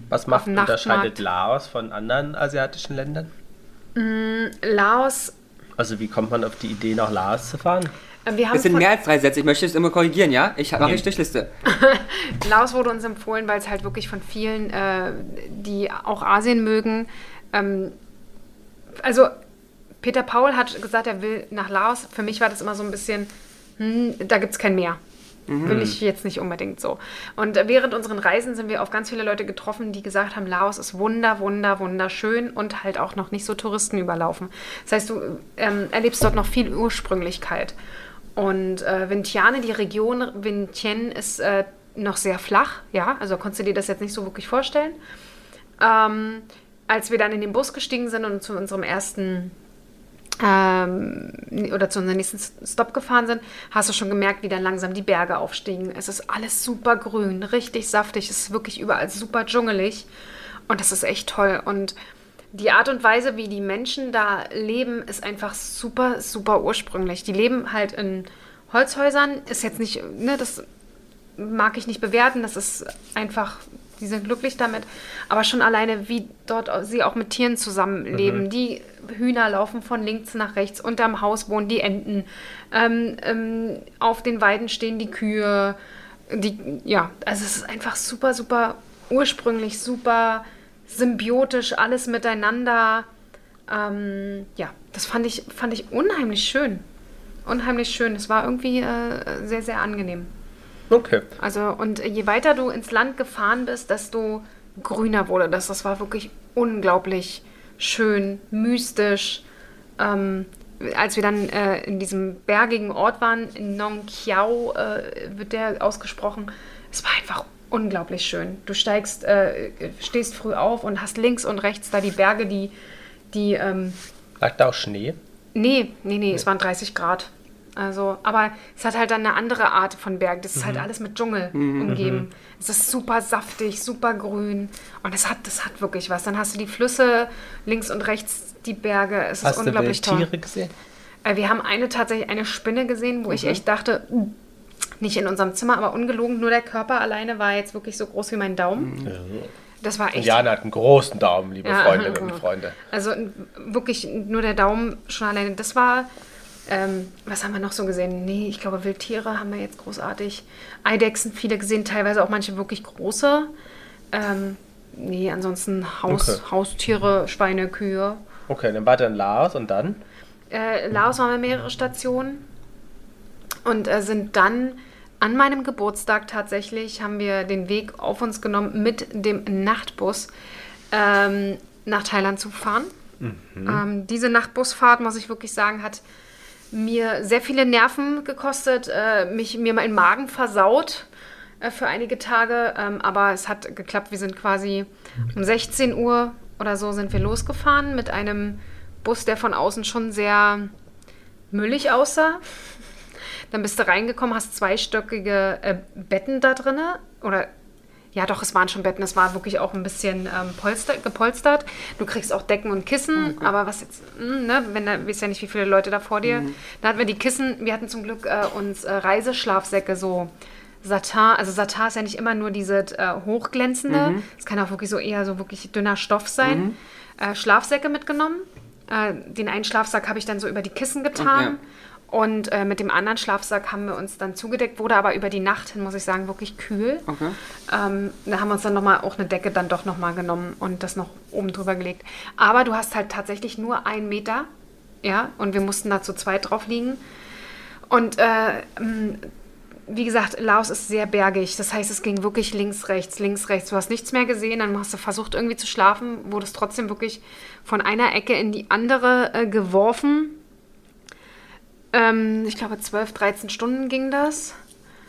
Speaker 2: Was macht
Speaker 1: dem Nachtmarkt.
Speaker 2: unterscheidet Laos von anderen asiatischen Ländern?
Speaker 1: Laos,
Speaker 2: Also wie kommt man auf die Idee, nach Laos zu fahren?
Speaker 1: äh, wir haben
Speaker 3: Es sind
Speaker 1: von-
Speaker 3: mehr als drei Sätze, ich möchte es immer korrigieren, ja? Ich mache eine Strichliste.
Speaker 1: Laos wurde uns empfohlen, weil es halt wirklich von vielen, äh, die auch Asien mögen. Ähm, also Peter Paul hat gesagt, er will nach Laos. Für mich war das immer so ein bisschen, hm, da gibt es kein Meer. Will ich jetzt nicht unbedingt so. Und äh, während unseren Reisen sind wir auf ganz viele Leute getroffen, die gesagt haben, Laos ist wunder, wunder, wunderschön und halt auch noch nicht so Touristen überlaufen. Das heißt, du ähm, erlebst dort noch viel Ursprünglichkeit. Und äh, Vientiane, die Region Vientiane ist äh, noch sehr flach, ja, also konntest du dir das jetzt nicht so wirklich vorstellen. Ähm, als wir dann in den Bus gestiegen sind und zu unserem ersten ähm, oder zu unserem nächsten Stop gefahren sind, hast du schon gemerkt, wie dann langsam die Berge aufstiegen. Es ist alles super grün, richtig saftig, es ist wirklich überall super dschungelig und das ist echt toll. Und die Art und Weise, wie die Menschen da leben, ist einfach super, super ursprünglich. Die leben halt in Holzhäusern, ist jetzt nicht, ne, das mag ich nicht bewerten. Das ist einfach, die sind glücklich damit. Aber schon alleine, wie dort au- sie auch mit Tieren zusammenleben. Die Hühner laufen von links nach rechts, unterm Haus wohnen die Enten, ähm, ähm, auf den Weiden stehen die Kühe. Die, ja, also es ist einfach super, super ursprünglich, super symbiotisch, alles miteinander. Ähm, ja, das fand ich, fand ich unheimlich schön. Unheimlich schön. Es war irgendwie äh, sehr, sehr angenehm.
Speaker 2: Okay.
Speaker 1: Also, und je weiter du ins Land gefahren bist, desto grüner wurde das. Das war wirklich unglaublich schön, mystisch. Ähm, als wir dann äh, in diesem bergigen Ort waren, in Nong Kiao äh, wird der ausgesprochen, es war einfach unglaublich schön. Du steigst, äh, stehst früh auf und hast links und rechts da die Berge, die, die ähm,
Speaker 2: Lag da auch Schnee?
Speaker 1: Nee, nee, nee, es waren 30 Grad. Also, aber es hat halt dann eine andere Art von Berg. Das ist
Speaker 2: Mhm.
Speaker 1: halt alles mit Dschungel umgeben. Es ist super saftig, super grün. Und es hat, das hat wirklich was. Dann hast du die Flüsse links und rechts, die Berge. Es ist
Speaker 2: Hast du wilde
Speaker 1: unglaublich toll.
Speaker 2: Tiere gesehen?
Speaker 1: Äh, wir haben eine tatsächlich eine Spinne gesehen, wo ich echt dachte, "Uh, nicht in unserem Zimmer, aber ungelogen, nur der Körper alleine war jetzt wirklich so groß wie mein
Speaker 2: Mhm.
Speaker 1: Daumen. Das war echt.
Speaker 2: Jana hat einen großen Daumen, liebe
Speaker 1: Ja,
Speaker 2: Freundinnen
Speaker 1: guck
Speaker 2: und
Speaker 1: mal.
Speaker 2: Freunde.
Speaker 1: Also n- wirklich nur der Daumen schon alleine. Das war, ähm, was haben wir noch so gesehen? Nee, ich glaube, Wildtiere haben wir jetzt großartig. Eidechsen viele gesehen, teilweise auch manche wirklich große. Ähm, nee, ansonsten Haus,
Speaker 2: Okay.
Speaker 1: Haustiere, Schweine, Kühe.
Speaker 2: Okay, dann war dann Lars und dann?
Speaker 1: Äh, Laos waren wir mehrere Stationen und äh, sind dann an meinem Geburtstag tatsächlich, haben wir den Weg auf uns genommen, mit dem Nachtbus ähm, nach Thailand zu fahren. Ähm, diese Nachtbusfahrt, muss ich wirklich sagen, hat mir sehr viele Nerven gekostet, äh, mich, mir meinen Magen versaut äh, für einige Tage, ähm, aber es hat geklappt. Wir sind quasi um 16 Uhr oder so sind wir losgefahren mit einem Bus, der von außen schon sehr müllig aussah. Dann bist du reingekommen, hast zweistöckige äh, Betten da drinne oder ja, doch, es waren schon Betten. Es war wirklich auch ein bisschen ähm, polster, gepolstert. Du kriegst auch Decken und Kissen, aber was jetzt, mh, ne, wenn da, weißt ja nicht, wie viele Leute da vor dir. Da hatten wir die Kissen. Wir hatten zum Glück äh, uns äh, Reiseschlafsäcke so. Satin, also Satin ist ja nicht immer nur dieses äh, hochglänzende. Es kann auch wirklich so eher so wirklich dünner Stoff sein. Äh, Schlafsäcke mitgenommen. Äh, den einen Schlafsack habe ich dann so über die Kissen getan. Und äh, mit dem anderen Schlafsack haben wir uns dann zugedeckt, wurde aber über die Nacht hin, muss ich sagen, wirklich kühl.
Speaker 3: Okay.
Speaker 1: Ähm, da haben wir uns dann nochmal auch eine Decke dann doch nochmal genommen und das noch oben drüber gelegt. Aber du hast halt tatsächlich nur einen Meter, ja, und wir mussten da zu zweit drauf liegen. Und äh, ähm, wie gesagt, Laos ist sehr bergig. Das heißt, es ging wirklich links, rechts, links, rechts. Du hast nichts mehr gesehen, dann hast du versucht irgendwie zu schlafen, wurdest trotzdem wirklich von einer Ecke in die andere äh, geworfen. Ähm, ich glaube, 12, 13 Stunden ging das.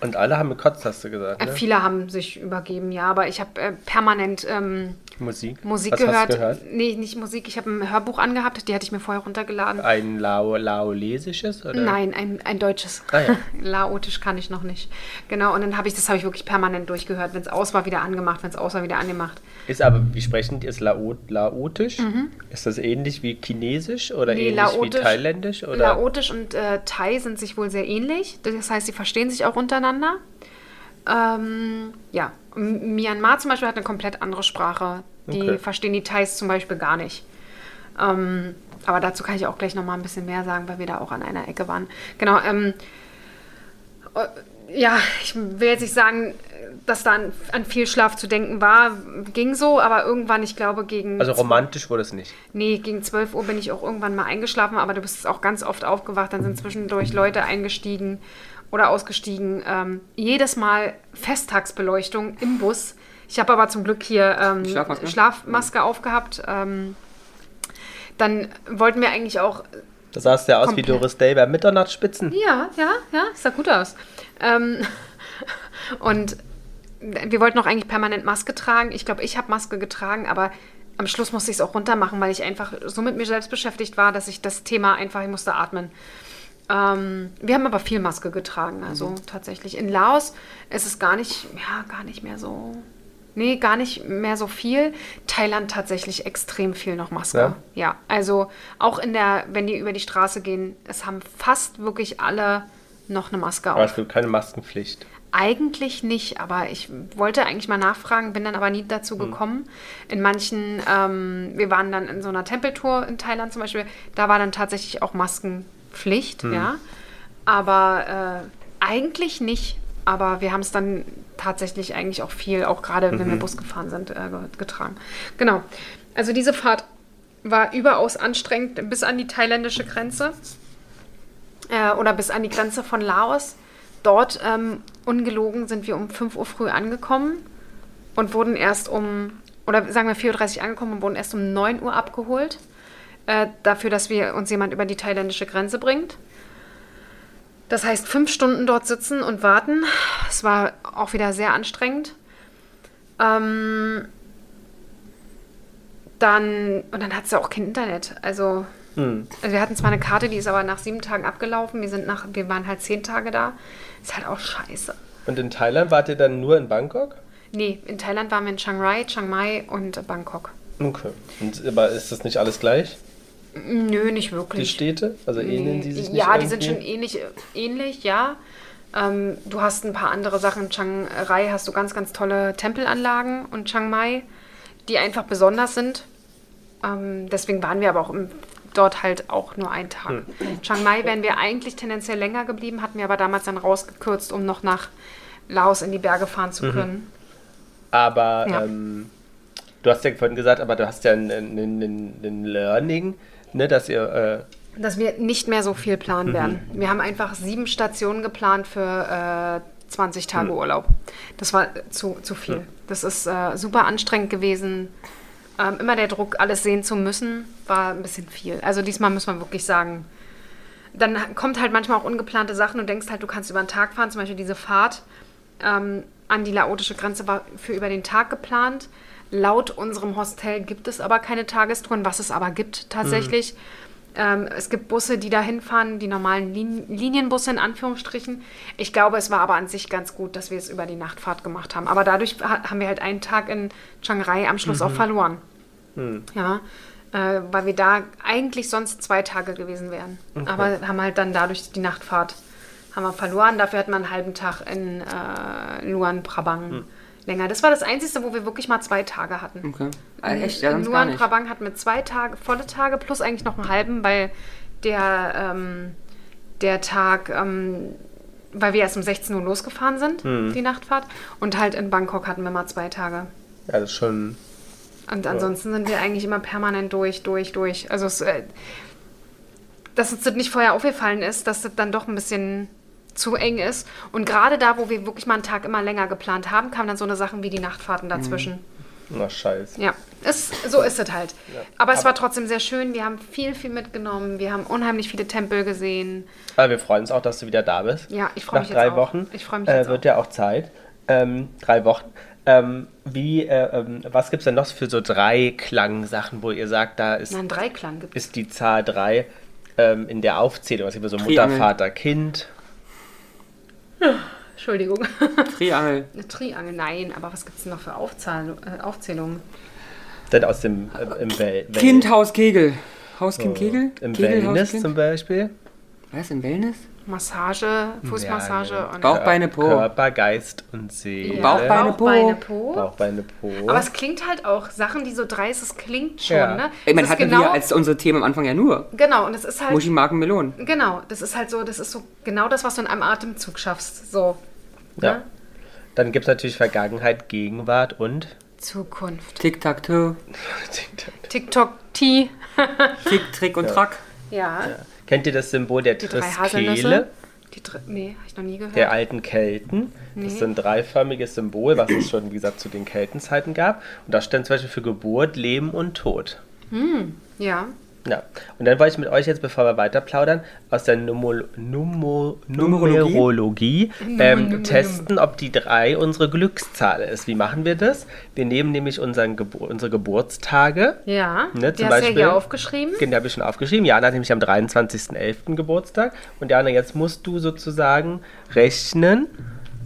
Speaker 2: Und alle haben gekotzt, hast du gesagt,
Speaker 1: Äh,
Speaker 2: ne?
Speaker 1: Viele haben sich übergeben, ja, aber ich habe äh, permanent ähm,
Speaker 2: Musik.
Speaker 1: Musik
Speaker 2: Was
Speaker 1: gehört.
Speaker 2: Hast du gehört?
Speaker 1: Nee, nicht Musik. Ich habe ein Hörbuch angehabt, die hatte ich mir vorher runtergeladen.
Speaker 2: Ein Lao laolesisches? Oder?
Speaker 1: Nein, ein, ein deutsches.
Speaker 2: Ah, ja.
Speaker 1: Laotisch kann ich noch nicht. Genau, und dann habe ich, das habe ich wirklich permanent durchgehört. Wenn es aus war, wieder angemacht, wenn es aus war, wieder angemacht.
Speaker 2: Ist aber, wie sprechen die, ist Lao laotisch? Ist das ähnlich wie Chinesisch oder
Speaker 1: Mhm. Nee,
Speaker 2: ähnlich wie
Speaker 1: Laotisch-
Speaker 2: Thailändisch? Oder?
Speaker 1: Laotisch und äh, Thai sind sich wohl sehr ähnlich. Das heißt, sie verstehen sich auch untereinander. Ähm, ja, M Myanmar zum Beispiel hat eine komplett andere Sprache. Die
Speaker 2: Okay.
Speaker 1: verstehen die Thais zum Beispiel gar nicht. Ähm, aber dazu kann ich auch gleich nochmal ein bisschen mehr sagen, weil wir da auch an einer Ecke waren. Genau, ähm, äh, ja, ich will jetzt nicht sagen, dass da an, an viel Schlaf zu denken war. Ging so, aber irgendwann, ich glaube, gegen.
Speaker 2: Also romantisch wurde es nicht.
Speaker 1: Nee, gegen 12 Uhr bin ich auch irgendwann mal eingeschlafen, aber du bist auch ganz oft aufgewacht. Dann sind zwischendurch Leute eingestiegen oder ausgestiegen. Ähm, jedes Mal Festtagsbeleuchtung im Bus. Ich habe aber zum Glück hier ähm,
Speaker 3: Schlafmaske?
Speaker 1: Schlafmaske aufgehabt. Ähm, dann wollten wir eigentlich auch
Speaker 2: Da sahst du ja aus
Speaker 1: Komplett.
Speaker 2: wie Doris Day bei Mitternachtsspitzen.
Speaker 1: ja, ja, ja, sah gut aus. Ähm, und wir wollten auch eigentlich permanent Maske tragen. Ich glaube, ich habe Maske getragen, aber am Schluss musste ich es auch runter machen, weil ich einfach so mit mir selbst beschäftigt war, dass ich das Thema einfach, ich musste atmen. Ähm, wir haben aber viel Maske getragen, also tatsächlich. In Laos ist es gar nicht, ja, gar nicht mehr so. Nee, gar nicht mehr so viel. Thailand tatsächlich extrem viel noch Maske.
Speaker 2: Ja?
Speaker 1: Ja, also auch in der, wenn die über die Straße gehen, es haben fast wirklich alle noch eine Maske
Speaker 2: Aber
Speaker 1: auf.
Speaker 2: es gibt keine Maskenpflicht.
Speaker 1: Eigentlich nicht, aber ich wollte eigentlich mal nachfragen, bin dann aber nie dazu gekommen. In manchen, ähm, wir waren dann in so einer Tempeltour in Thailand zum Beispiel, da war dann tatsächlich auch Maskenpflicht, ja. Aber äh, eigentlich nicht. Aber wir haben es dann tatsächlich eigentlich auch viel, auch gerade wenn wir Bus gefahren sind, äh, ge- getragen. Genau. Also diese Fahrt war überaus anstrengend bis an die thailändische Grenze äh, oder bis an die Grenze von Laos. Dort, ähm, ungelogen, sind wir um 5 Uhr früh angekommen und wurden erst um, oder sagen wir 4.30 Uhr angekommen und wurden erst um 9 Uhr abgeholt, äh, dafür, dass wir uns jemand über die thailändische Grenze bringt. Das heißt, fünf Stunden dort sitzen und warten. Es war auch wieder sehr anstrengend. Ähm, dann, und dann hat sie auch kein Internet. Also, also wir hatten zwar eine Karte, die ist aber nach sieben Tagen abgelaufen. Wir, sind nach, wir waren halt zehn Tage da. Ist halt auch scheiße.
Speaker 2: Und in Thailand wart ihr dann nur in Bangkok?
Speaker 1: Nee, in Thailand waren wir in Chiang Rai, Chiang Mai und Bangkok.
Speaker 2: Okay. Und, aber ist das nicht alles gleich?
Speaker 1: Nö, nicht
Speaker 2: Die
Speaker 1: wirklich.
Speaker 2: Städte? Also ähneln die sich nicht?
Speaker 1: ja, die sind
Speaker 2: irgendwie?
Speaker 1: schon ähnlich, äh, ähnlich, ja. Ähm, du hast ein paar andere Sachen. In Chiang Rai hast du ganz, ganz tolle Tempelanlagen und Chiang Mai, die einfach besonders sind. Ähm, deswegen waren wir aber auch im, dort halt auch nur einen Tag.
Speaker 2: Hm.
Speaker 1: In Chiang Mai wären wir eigentlich tendenziell länger geblieben, hatten wir aber damals dann rausgekürzt, um noch nach Laos in die Berge fahren
Speaker 2: Mhm.
Speaker 1: zu können.
Speaker 2: Aber
Speaker 1: Ja.
Speaker 2: ähm, du hast ja vorhin gesagt, aber du hast ja ein, ein, ein, ein Learning, ne, dass ihr.
Speaker 1: dass wir nicht mehr so viel planen werden. Wir haben einfach sieben Stationen geplant für äh, 20 Tage Urlaub. Das war zu, zu viel. Das ist äh, super anstrengend gewesen. Ähm, immer der Druck, alles sehen zu müssen, war ein bisschen viel. Also diesmal muss man wirklich sagen, dann ha- kommt halt manchmal auch ungeplante Sachen und denkst halt, du kannst über den Tag fahren. Zum Beispiel diese Fahrt ähm, an die laotische Grenze war für über den Tag geplant. Laut unserem Hostel gibt es aber keine Tagestouren, was es aber gibt tatsächlich. Ähm, es gibt Busse, die dahin fahren, die normalen Lin Linienbusse in Anführungsstrichen. Ich glaube, es war aber an sich ganz gut, dass wir es über die Nachtfahrt gemacht haben. Aber dadurch ha haben wir halt einen Tag in Chiang Rai am Schluss auch verloren. Ja, äh, weil wir da eigentlich sonst zwei Tage gewesen wären. Aber haben halt dann dadurch die Nachtfahrt haben wir verloren. Dafür hatten wir einen halben Tag in äh, Luan Prabang
Speaker 3: Hm.
Speaker 1: länger. Das war das Einzige, wo wir wirklich mal zwei Tage hatten.
Speaker 3: Okay. Ah, echt? Ja,
Speaker 1: In
Speaker 3: sonst gar
Speaker 1: Luan
Speaker 3: nicht.
Speaker 1: Prabang hatten wir zwei Tage, volle Tage plus eigentlich noch einen halben, weil der, ähm, der Tag, ähm, weil wir erst um 16 Uhr losgefahren sind,
Speaker 3: Hm.
Speaker 1: die Nachtfahrt. Und halt in Bangkok hatten wir mal zwei Tage.
Speaker 2: Äh, ja, das ist schon.
Speaker 1: Und ansonsten sind wir eigentlich immer permanent durch, durch, durch. Also, es, äh, dass uns das nicht vorher aufgefallen ist, dass das dann doch ein bisschen zu eng ist. Und gerade da, wo wir wirklich mal einen Tag immer länger geplant haben, kamen dann so eine Sachen wie die Nachtfahrten dazwischen.
Speaker 2: Na, scheiße.
Speaker 1: Ja, ist, so ist es halt. Aber es war trotzdem sehr schön. Wir haben viel, viel mitgenommen. Wir haben unheimlich viele Tempel gesehen.
Speaker 2: Aber wir freuen uns auch, dass du wieder da bist.
Speaker 1: Ja, ich freu
Speaker 2: Nach
Speaker 1: mich jetzt
Speaker 2: drei
Speaker 1: auch.
Speaker 2: Wochen.
Speaker 1: Ich freu mich
Speaker 2: äh,
Speaker 1: jetzt
Speaker 2: Wird
Speaker 1: auch.
Speaker 2: ja auch Zeit. Ähm, drei Wochen. Ähm, wie, äh, ähm, was gibt es denn noch für so drei Klangsachen, wo ihr sagt, da ist,
Speaker 1: Na, einen Dreiklang gibt es.
Speaker 2: ist die Zahl drei ähm, in der Aufzählung? Was gibt es so Mutter,
Speaker 3: Triangel.
Speaker 2: Vater, Kind?
Speaker 1: Entschuldigung.
Speaker 3: Triangel.
Speaker 1: Eine Triangel, nein. Aber was gibt es denn noch für Aufzahl äh, Aufzählungen?
Speaker 2: Dann aus dem äh, im Wel Wel-
Speaker 3: Kind, Haus, Kegel. Hauskind, Kegel?
Speaker 2: Im
Speaker 3: Kegel,
Speaker 2: Wellness
Speaker 3: Hauskind?
Speaker 2: zum Beispiel.
Speaker 3: Was, im Wellness?
Speaker 1: Massage, Fußmassage
Speaker 2: Ja, ja.
Speaker 1: und
Speaker 3: Bauchbeine, Po.
Speaker 2: Körper, Geist und Seele.
Speaker 1: Ja.
Speaker 3: Bauchbeine, Po.
Speaker 1: Bauchbeine, Po.
Speaker 2: Bauchbeine, Po.
Speaker 1: Aber es klingt halt auch, Sachen, die so dreist, es klingt schon,
Speaker 2: Ja.
Speaker 1: ne?
Speaker 3: Ich meine,
Speaker 1: Es ist
Speaker 3: hatten wir als unsere Themen am Anfang ja nur.
Speaker 1: Genau, und es ist halt.
Speaker 3: Muschi, Marken, Melonen.
Speaker 1: Genau, das ist halt so, das ist so genau das, was du in einem Atemzug schaffst. So.
Speaker 2: Ja.
Speaker 1: Ne?
Speaker 2: Dann gibt es natürlich Vergangenheit, Gegenwart und
Speaker 1: Zukunft.
Speaker 3: Tick, Tack, Tö.
Speaker 1: TikTok T.
Speaker 3: Tick, Trick und Track.
Speaker 1: Ja.
Speaker 2: Kennt ihr das Symbol der
Speaker 1: Die drei Haselnüsse.
Speaker 2: Triskele
Speaker 1: Die drei, nee, habe ich noch nie gehört.
Speaker 2: der alten Kelten? Das ist ein dreiförmiges Symbol, was es schon, wie gesagt, zu den Keltenzeiten gab. Und da stand zum Beispiel für Geburt, Leben und Tod.
Speaker 1: ja.
Speaker 2: Ja. Und dann wollte ich mit euch jetzt, bevor wir weiter plaudern, aus der Numol Numo
Speaker 3: Numerologie?
Speaker 2: Numerologie ähm,
Speaker 1: Num- num-
Speaker 2: testen, ob die drei unsere Glückszahl ist. Wie machen wir das? Wir nehmen nämlich unseren Gebur- unsere Geburtstage.
Speaker 1: Ja.
Speaker 2: Ne,
Speaker 1: die
Speaker 2: zum
Speaker 1: hast
Speaker 2: Beispiel-
Speaker 1: du ja hier aufgeschrieben.
Speaker 2: Den habe ich schon aufgeschrieben. Jana hat nämlich am 23.11. Geburtstag. Und Jana, jetzt musst du sozusagen rechnen.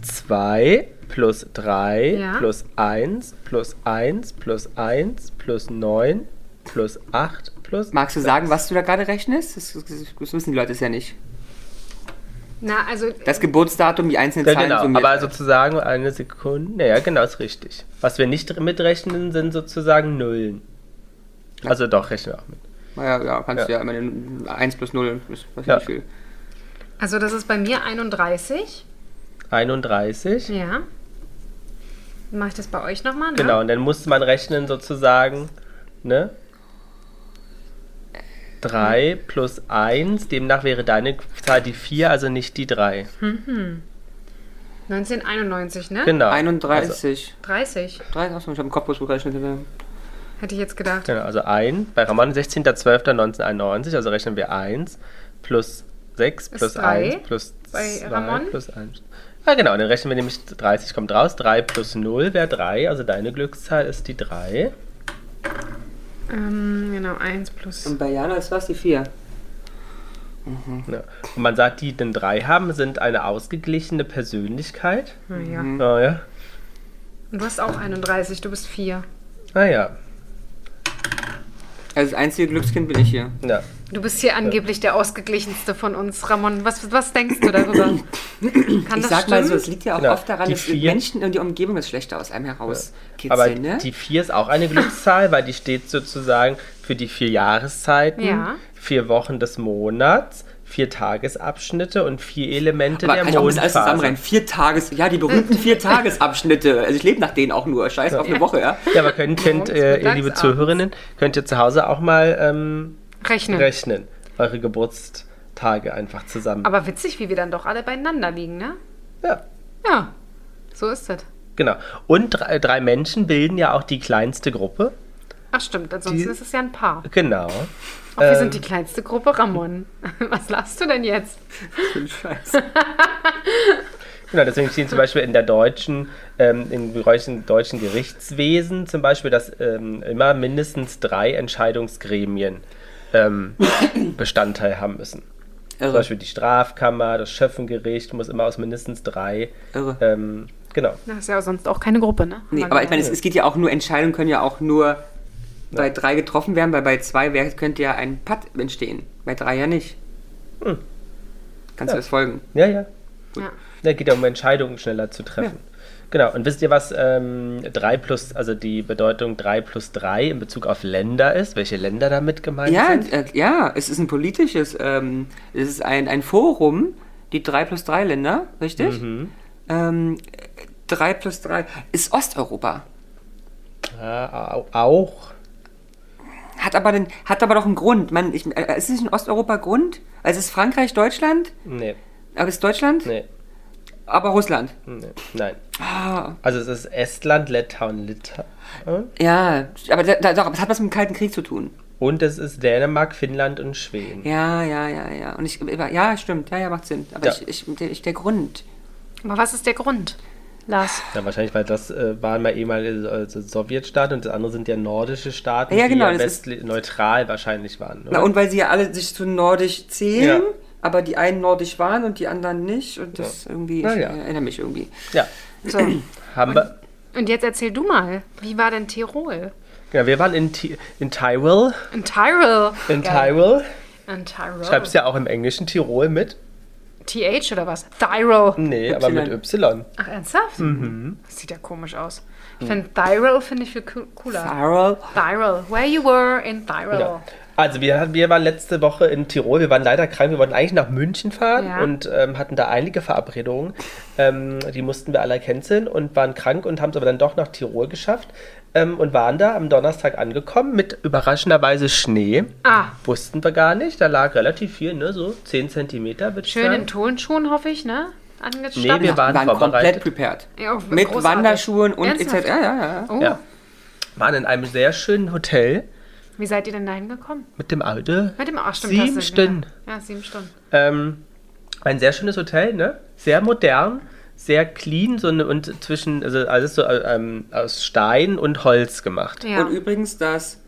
Speaker 2: 2 plus 3
Speaker 1: Ja.
Speaker 2: plus 1 plus 1 plus 1 plus 9 plus 8 plus...
Speaker 3: Magst du sagen, was du da gerade rechnest? Das, das, das wissen die Leute es ja nicht.
Speaker 1: Na, also.
Speaker 3: Das Geburtsdatum, die einzelnen
Speaker 2: ja,
Speaker 3: Zahlen
Speaker 2: genau,
Speaker 3: summiert.
Speaker 2: aber sozusagen eine Sekunde. Ja, genau, ist richtig. Was wir nicht dr- mitrechnen, sind sozusagen Nullen. Also doch, rechnen wir auch mit.
Speaker 3: naja, ja, kannst du
Speaker 2: Ja.
Speaker 3: ja immer den 1 plus 0, das weiß ich
Speaker 2: Ja.
Speaker 3: nicht viel.
Speaker 1: Also, das ist bei mir 31.
Speaker 2: 31.
Speaker 1: Ja. Mache ich das bei euch nochmal? Ne?
Speaker 2: Genau, und dann musste man rechnen sozusagen, ne? 3
Speaker 1: Hm.
Speaker 2: plus 1, demnach wäre deine Zahl die 4, also nicht die 3.
Speaker 1: Hm. 1991, ne?
Speaker 2: Genau.
Speaker 3: 31.
Speaker 1: 30.
Speaker 3: 30, achso, ich habe einen Kopfbus gerechnet.
Speaker 1: Hätte ich jetzt gedacht.
Speaker 2: Also, genau, also 1, bei Ramon 16.12.1991, also rechnen wir 1 plus 6 plus
Speaker 1: drei.
Speaker 2: 1 plus
Speaker 1: Bei
Speaker 2: 2
Speaker 1: Ramon?
Speaker 2: plus 1. Ja, genau, dann rechnen wir nämlich 30 kommt raus, 3 plus 0 wäre 3, also deine Glückszahl ist die 3.
Speaker 1: Ähm, genau, 1 plus.
Speaker 3: Und bei Jana ist was? Die 4.
Speaker 2: Ja. Ne? Und man sagt, die den 3 haben, sind eine ausgeglichene Persönlichkeit.
Speaker 1: Naja.
Speaker 3: Mhm.
Speaker 2: Ah ja.
Speaker 1: Du hast auch 31, du bist 4.
Speaker 2: Ah ja.
Speaker 3: Also das einzige Glückskind bin ich hier.
Speaker 2: Ja.
Speaker 1: Du bist hier angeblich der ausgeglichenste von uns, Ramon. Was, was denkst du darüber? Kann
Speaker 3: ich
Speaker 1: das
Speaker 3: sag mal so,
Speaker 1: stimmen?
Speaker 3: es liegt ja auch
Speaker 2: Genau.
Speaker 3: oft daran,
Speaker 2: Die
Speaker 3: dass
Speaker 2: vier-
Speaker 3: Menschen und die Umgebung das Schlechte aus einem herauskitzeln,
Speaker 2: Aber
Speaker 3: ne?
Speaker 2: die 4 ist auch eine Glückszahl, weil die steht sozusagen für die vier Jahreszeiten,
Speaker 1: Ja.
Speaker 2: vier Wochen des Monats, vier Tagesabschnitte und vier Elemente
Speaker 3: Aber
Speaker 2: der
Speaker 3: kann ich auch das alles
Speaker 2: Mondphase.
Speaker 3: zusammenreihen? Vier Tages, ja, die berühmten vier Tagesabschnitte. Also ich lebe nach denen auch nur. Scheiß auf eine Woche, ja.
Speaker 2: Ja, aber könnt, könnt
Speaker 1: Morgens,
Speaker 2: äh, ihr,
Speaker 1: mittags,
Speaker 2: liebe
Speaker 1: abends.
Speaker 2: Zuhörerinnen, könnt ihr zu Hause auch mal ähm,
Speaker 1: Rechnen.
Speaker 2: rechnen. Eure Geburtstage einfach zusammen.
Speaker 1: Aber witzig, wie wir dann doch alle beieinander liegen, ne?
Speaker 2: ja,
Speaker 1: Ja, so ist das.
Speaker 2: genau. Und drei, drei Menschen bilden ja auch die kleinste Gruppe.
Speaker 1: Ach stimmt, ansonsten
Speaker 2: Die- Ähm.
Speaker 1: ist es ja ein Paar.
Speaker 2: Genau.
Speaker 1: Ach, wir sind die kleinste Gruppe, Ramon. Was lachst du denn jetzt?
Speaker 3: Scheiße.
Speaker 2: Genau, deswegen stehen zum Beispiel in der deutschen, ähm, im deutschen, deutschen Gerichtswesen zum Beispiel, dass ähm, immer mindestens drei Entscheidungsgremien ähm, Bestandteil haben müssen. Zum
Speaker 3: Irre.
Speaker 2: Beispiel die Strafkammer, das Schöffengericht muss immer aus mindestens drei.
Speaker 3: Irre.
Speaker 2: Ähm, genau.
Speaker 1: Das ist ja sonst auch keine Gruppe, ne?
Speaker 3: Nee, aber ich meine, es, es geht ja auch nur, Entscheidungen können ja auch nur bei drei getroffen werden, weil bei zwei wär, könnte ja ein Putt entstehen. Bei drei ja nicht. Kannst du das folgen?
Speaker 2: Hm. Ja, ja.
Speaker 1: ja.
Speaker 2: Da geht ja um Entscheidungen schneller zu treffen. Genau, und wisst ihr, was ähm, 3 plus, also die Bedeutung 3 plus 3 in Bezug auf Länder ist? Welche Länder damit gemeint
Speaker 3: Ja,
Speaker 2: sind?
Speaker 3: äh, ja, es ist ein politisches, ähm, es ist ein, ein Forum, die 3 plus 3 Länder, richtig?
Speaker 2: Mhm.
Speaker 3: Ähm, 3 plus 3 ist Osteuropa.
Speaker 2: Ja, Äh, au- auch.
Speaker 3: Hat aber, den, hat aber doch einen Grund. Man, ich, äh, ist es nicht ein Osteuropa-Grund? Also ist Frankreich Deutschland?
Speaker 2: Nee,
Speaker 3: Aber ist Deutschland?
Speaker 2: nee.
Speaker 3: Aber Russland.
Speaker 2: Nee, nein.
Speaker 3: Ah.
Speaker 2: Also es ist Estland, Lettland, Litauen
Speaker 3: Ja, aber da, da, doch, aber es hat was mit dem Kalten Krieg zu tun.
Speaker 2: und es ist Dänemark, Finnland und Schweden.
Speaker 3: Ja, ja, ja, ja. Und ich, ja, stimmt. Ja, ja, macht Sinn. Aber
Speaker 2: Ja.
Speaker 3: ich, ich, der, ich, der Grund.
Speaker 1: Aber was ist der Grund, Lars?
Speaker 2: Ja, wahrscheinlich, weil das äh, waren mal ehemalige also Sowjetstaaten und das andere sind ja nordische Staaten,
Speaker 3: Ja, genau,
Speaker 2: die ja
Speaker 3: das ist-
Speaker 2: westli- neutral wahrscheinlich waren. ne?
Speaker 3: Na,
Speaker 2: oder?
Speaker 3: und weil sie ja alle sich zu nordisch zählen,
Speaker 2: Ja.
Speaker 3: aber die einen nordisch waren und die anderen nicht. Und das irgendwie, ich
Speaker 2: Na ja.
Speaker 3: äh, erinnere mich irgendwie.
Speaker 2: ja,
Speaker 1: So.
Speaker 2: haben wir.
Speaker 1: Und jetzt erzähl du mal, wie war denn Tirol?
Speaker 2: Genau, wir waren in, Ti- in Tyrol.
Speaker 1: In Tyrol.
Speaker 2: In
Speaker 1: Geil.
Speaker 2: Tyrol.
Speaker 3: Oh.
Speaker 1: In Tyrol.
Speaker 2: Schreibst ja auch im Englischen Tirol mit?
Speaker 1: TH oder was? Tyrol.
Speaker 2: Nee, aber mit Y.
Speaker 1: Ach, ernsthaft?
Speaker 2: Mhm.
Speaker 1: Das sieht ja komisch aus. Ich finde Tyrol finde ich viel coo- cooler.
Speaker 3: Farrell.
Speaker 1: Tyrol. Where you were in Tyrol.
Speaker 2: Ja. Also wir, hatten- wir waren letzte Woche in Tirol, wir waren leider krank, wir wollten eigentlich nach München fahren
Speaker 1: Ja.
Speaker 2: und ähm, hatten da einige Verabredungen. Ähm, die mussten wir alle canceln und waren krank und haben es aber dann doch nach Tirol geschafft ähm, und waren da am Donnerstag angekommen mit überraschenderweise Schnee.
Speaker 1: Ah.
Speaker 2: Wussten wir gar nicht, da lag relativ viel, ne, so 10 Zentimeter, würde ich
Speaker 1: Schön in
Speaker 2: sagen.
Speaker 1: Turnschuhen, hoffe ich, ne?
Speaker 2: Nee,
Speaker 1: Angestapft.
Speaker 2: wir waren,
Speaker 3: waren komplett
Speaker 2: vorbereitet,
Speaker 3: prepared.
Speaker 1: Ja,
Speaker 3: Mit
Speaker 1: großartig.
Speaker 3: Wanderschuhen und etc.
Speaker 1: Ernsthaft?
Speaker 3: Ja, ja, ja.
Speaker 1: Oh,
Speaker 2: Ja. waren in einem sehr schönen Hotel
Speaker 1: wie seid ihr denn dahin gekommen?
Speaker 2: mit dem Auto.
Speaker 1: Mit dem Arsch
Speaker 2: Sieben Stunden.
Speaker 1: ne? Ja. ja, sieben Stunden.
Speaker 2: Ähm, ein sehr schönes Hotel, ne? Sehr modern, sehr clean so eine, und zwischen, also alles so äh, ähm, aus Stein und Holz gemacht.
Speaker 1: Ja.
Speaker 3: Und übrigens das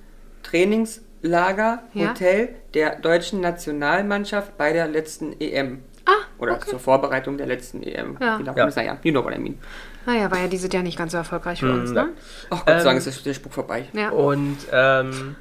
Speaker 3: Trainingslager
Speaker 1: Ja.
Speaker 3: Hotel der deutschen Nationalmannschaft bei der letzten EM.
Speaker 1: ah,
Speaker 3: Oder
Speaker 1: okay.
Speaker 3: zur Vorbereitung der letzten EM.
Speaker 1: Ja.
Speaker 3: Wie lange
Speaker 2: Ja.
Speaker 3: ist er? Ja, you know what I mean.
Speaker 1: Naja, war ja dieses Jahr nicht ganz so erfolgreich
Speaker 2: Mhm,
Speaker 1: für uns, ne?
Speaker 3: Ach Oh Gott sei Dank ist das- der Spuk vorbei.
Speaker 1: Ja.
Speaker 2: Und ähm,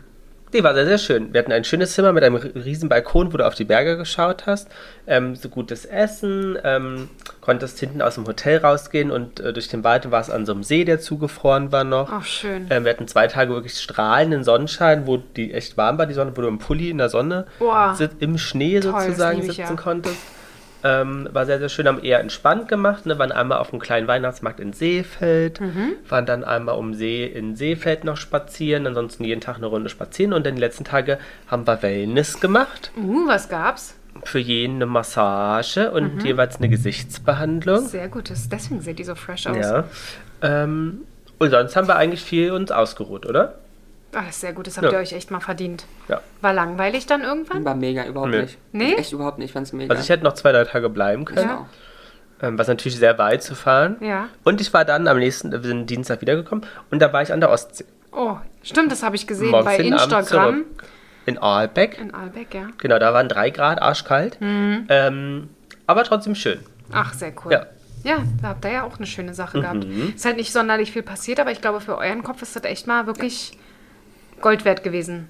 Speaker 2: nee, war sehr, sehr schön. Wir hatten ein schönes Zimmer mit einem ri- riesen Balkon, wo du auf die Berge geschaut hast. Ähm, so gutes Essen, ähm, konntest hinten aus dem Hotel rausgehen und äh, durch den Wald und warst an so einem See, der zugefroren war noch.
Speaker 1: Ach, schön.
Speaker 2: Ähm, wir hatten zwei Tage wirklich strahlenden Sonnenschein, wo die echt warm war, die Sonne, wo du im Pulli in der Sonne
Speaker 1: Boah.
Speaker 2: sit- im Schnee
Speaker 1: Toll, das
Speaker 2: sozusagen
Speaker 1: liebe ich
Speaker 2: sitzen
Speaker 1: ja.
Speaker 2: konntest. Ähm, war sehr, sehr schön, haben eher entspannt gemacht, ne? waren einmal auf einem kleinen Weihnachtsmarkt in Seefeld,
Speaker 1: Mhm.
Speaker 2: waren dann einmal um See in Seefeld noch spazieren, ansonsten jeden Tag eine Runde spazieren und dann die letzten Tage haben wir Wellness gemacht,
Speaker 1: Uh, was gab's?
Speaker 2: für jeden eine Massage und
Speaker 1: Mhm.
Speaker 2: jeweils eine Gesichtsbehandlung.
Speaker 1: Sehr gut, das- deswegen sieht die so fresh aus.
Speaker 2: Ja. Ähm, und sonst haben wir eigentlich viel uns ausgeruht, oder?
Speaker 1: Ah, das ist sehr gut, das habt
Speaker 2: Ja.
Speaker 1: ihr euch echt mal verdient.
Speaker 2: Ja.
Speaker 1: War langweilig dann irgendwann?
Speaker 3: War mega, überhaupt
Speaker 2: Nee.
Speaker 3: nicht.
Speaker 1: Nee?
Speaker 3: Echt überhaupt nicht, ich fand's mega.
Speaker 2: Also ich hätte noch zwei, drei Tage bleiben können,
Speaker 1: Ja.
Speaker 2: ähm, was natürlich sehr weit zu fahren.
Speaker 1: Ja.
Speaker 2: Und ich war dann am nächsten, wir sind Dienstag wiedergekommen und da war ich an der Ostsee.
Speaker 1: Oh, stimmt, das habe ich gesehen bei
Speaker 2: Morgens hin, abends
Speaker 1: Instagram.
Speaker 2: zurück. In Aalbeck.
Speaker 1: In Mhm. Albeck, ja.
Speaker 2: Genau, da waren drei Grad, arschkalt. Ähm, aber trotzdem schön.
Speaker 1: Ach, sehr cool.
Speaker 2: Ja. Mhm.
Speaker 1: Ja. da habt ihr ja auch eine schöne Sache gehabt. Ist halt nicht sonderlich viel passiert, aber ich glaube, für euren Kopf ist das echt mal wirklich Gold wert gewesen.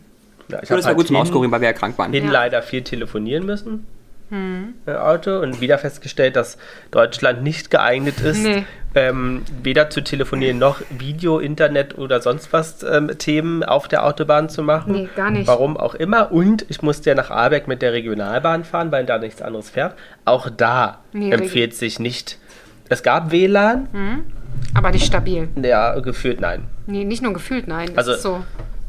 Speaker 2: Ja, ich
Speaker 3: Und
Speaker 2: hab
Speaker 3: das war
Speaker 2: halt
Speaker 3: gut zum
Speaker 2: hin-
Speaker 3: Auskurieren, weil wir ja krank waren.
Speaker 2: hin
Speaker 1: Ja. Hm.
Speaker 2: leider viel telefonieren müssen im Auto und wieder festgestellt, dass Deutschland nicht geeignet ist,
Speaker 1: Nee.
Speaker 2: ähm, weder zu telefonieren noch Video, Internet oder sonst was ähm, Themen auf der Autobahn zu machen.
Speaker 1: Nee, gar nicht.
Speaker 2: Warum auch immer. Und ich musste ja nach Abeck mit der Regionalbahn fahren, weil da nichts anderes fährt. Auch da
Speaker 1: Nee, Hm.
Speaker 2: empfiehlt sich nicht. Es gab WLAN,
Speaker 1: Aber nicht stabil.
Speaker 2: ja, gefühlt nein.
Speaker 1: Nee, nicht nur gefühlt, nein. Das
Speaker 2: Also-
Speaker 1: ist so.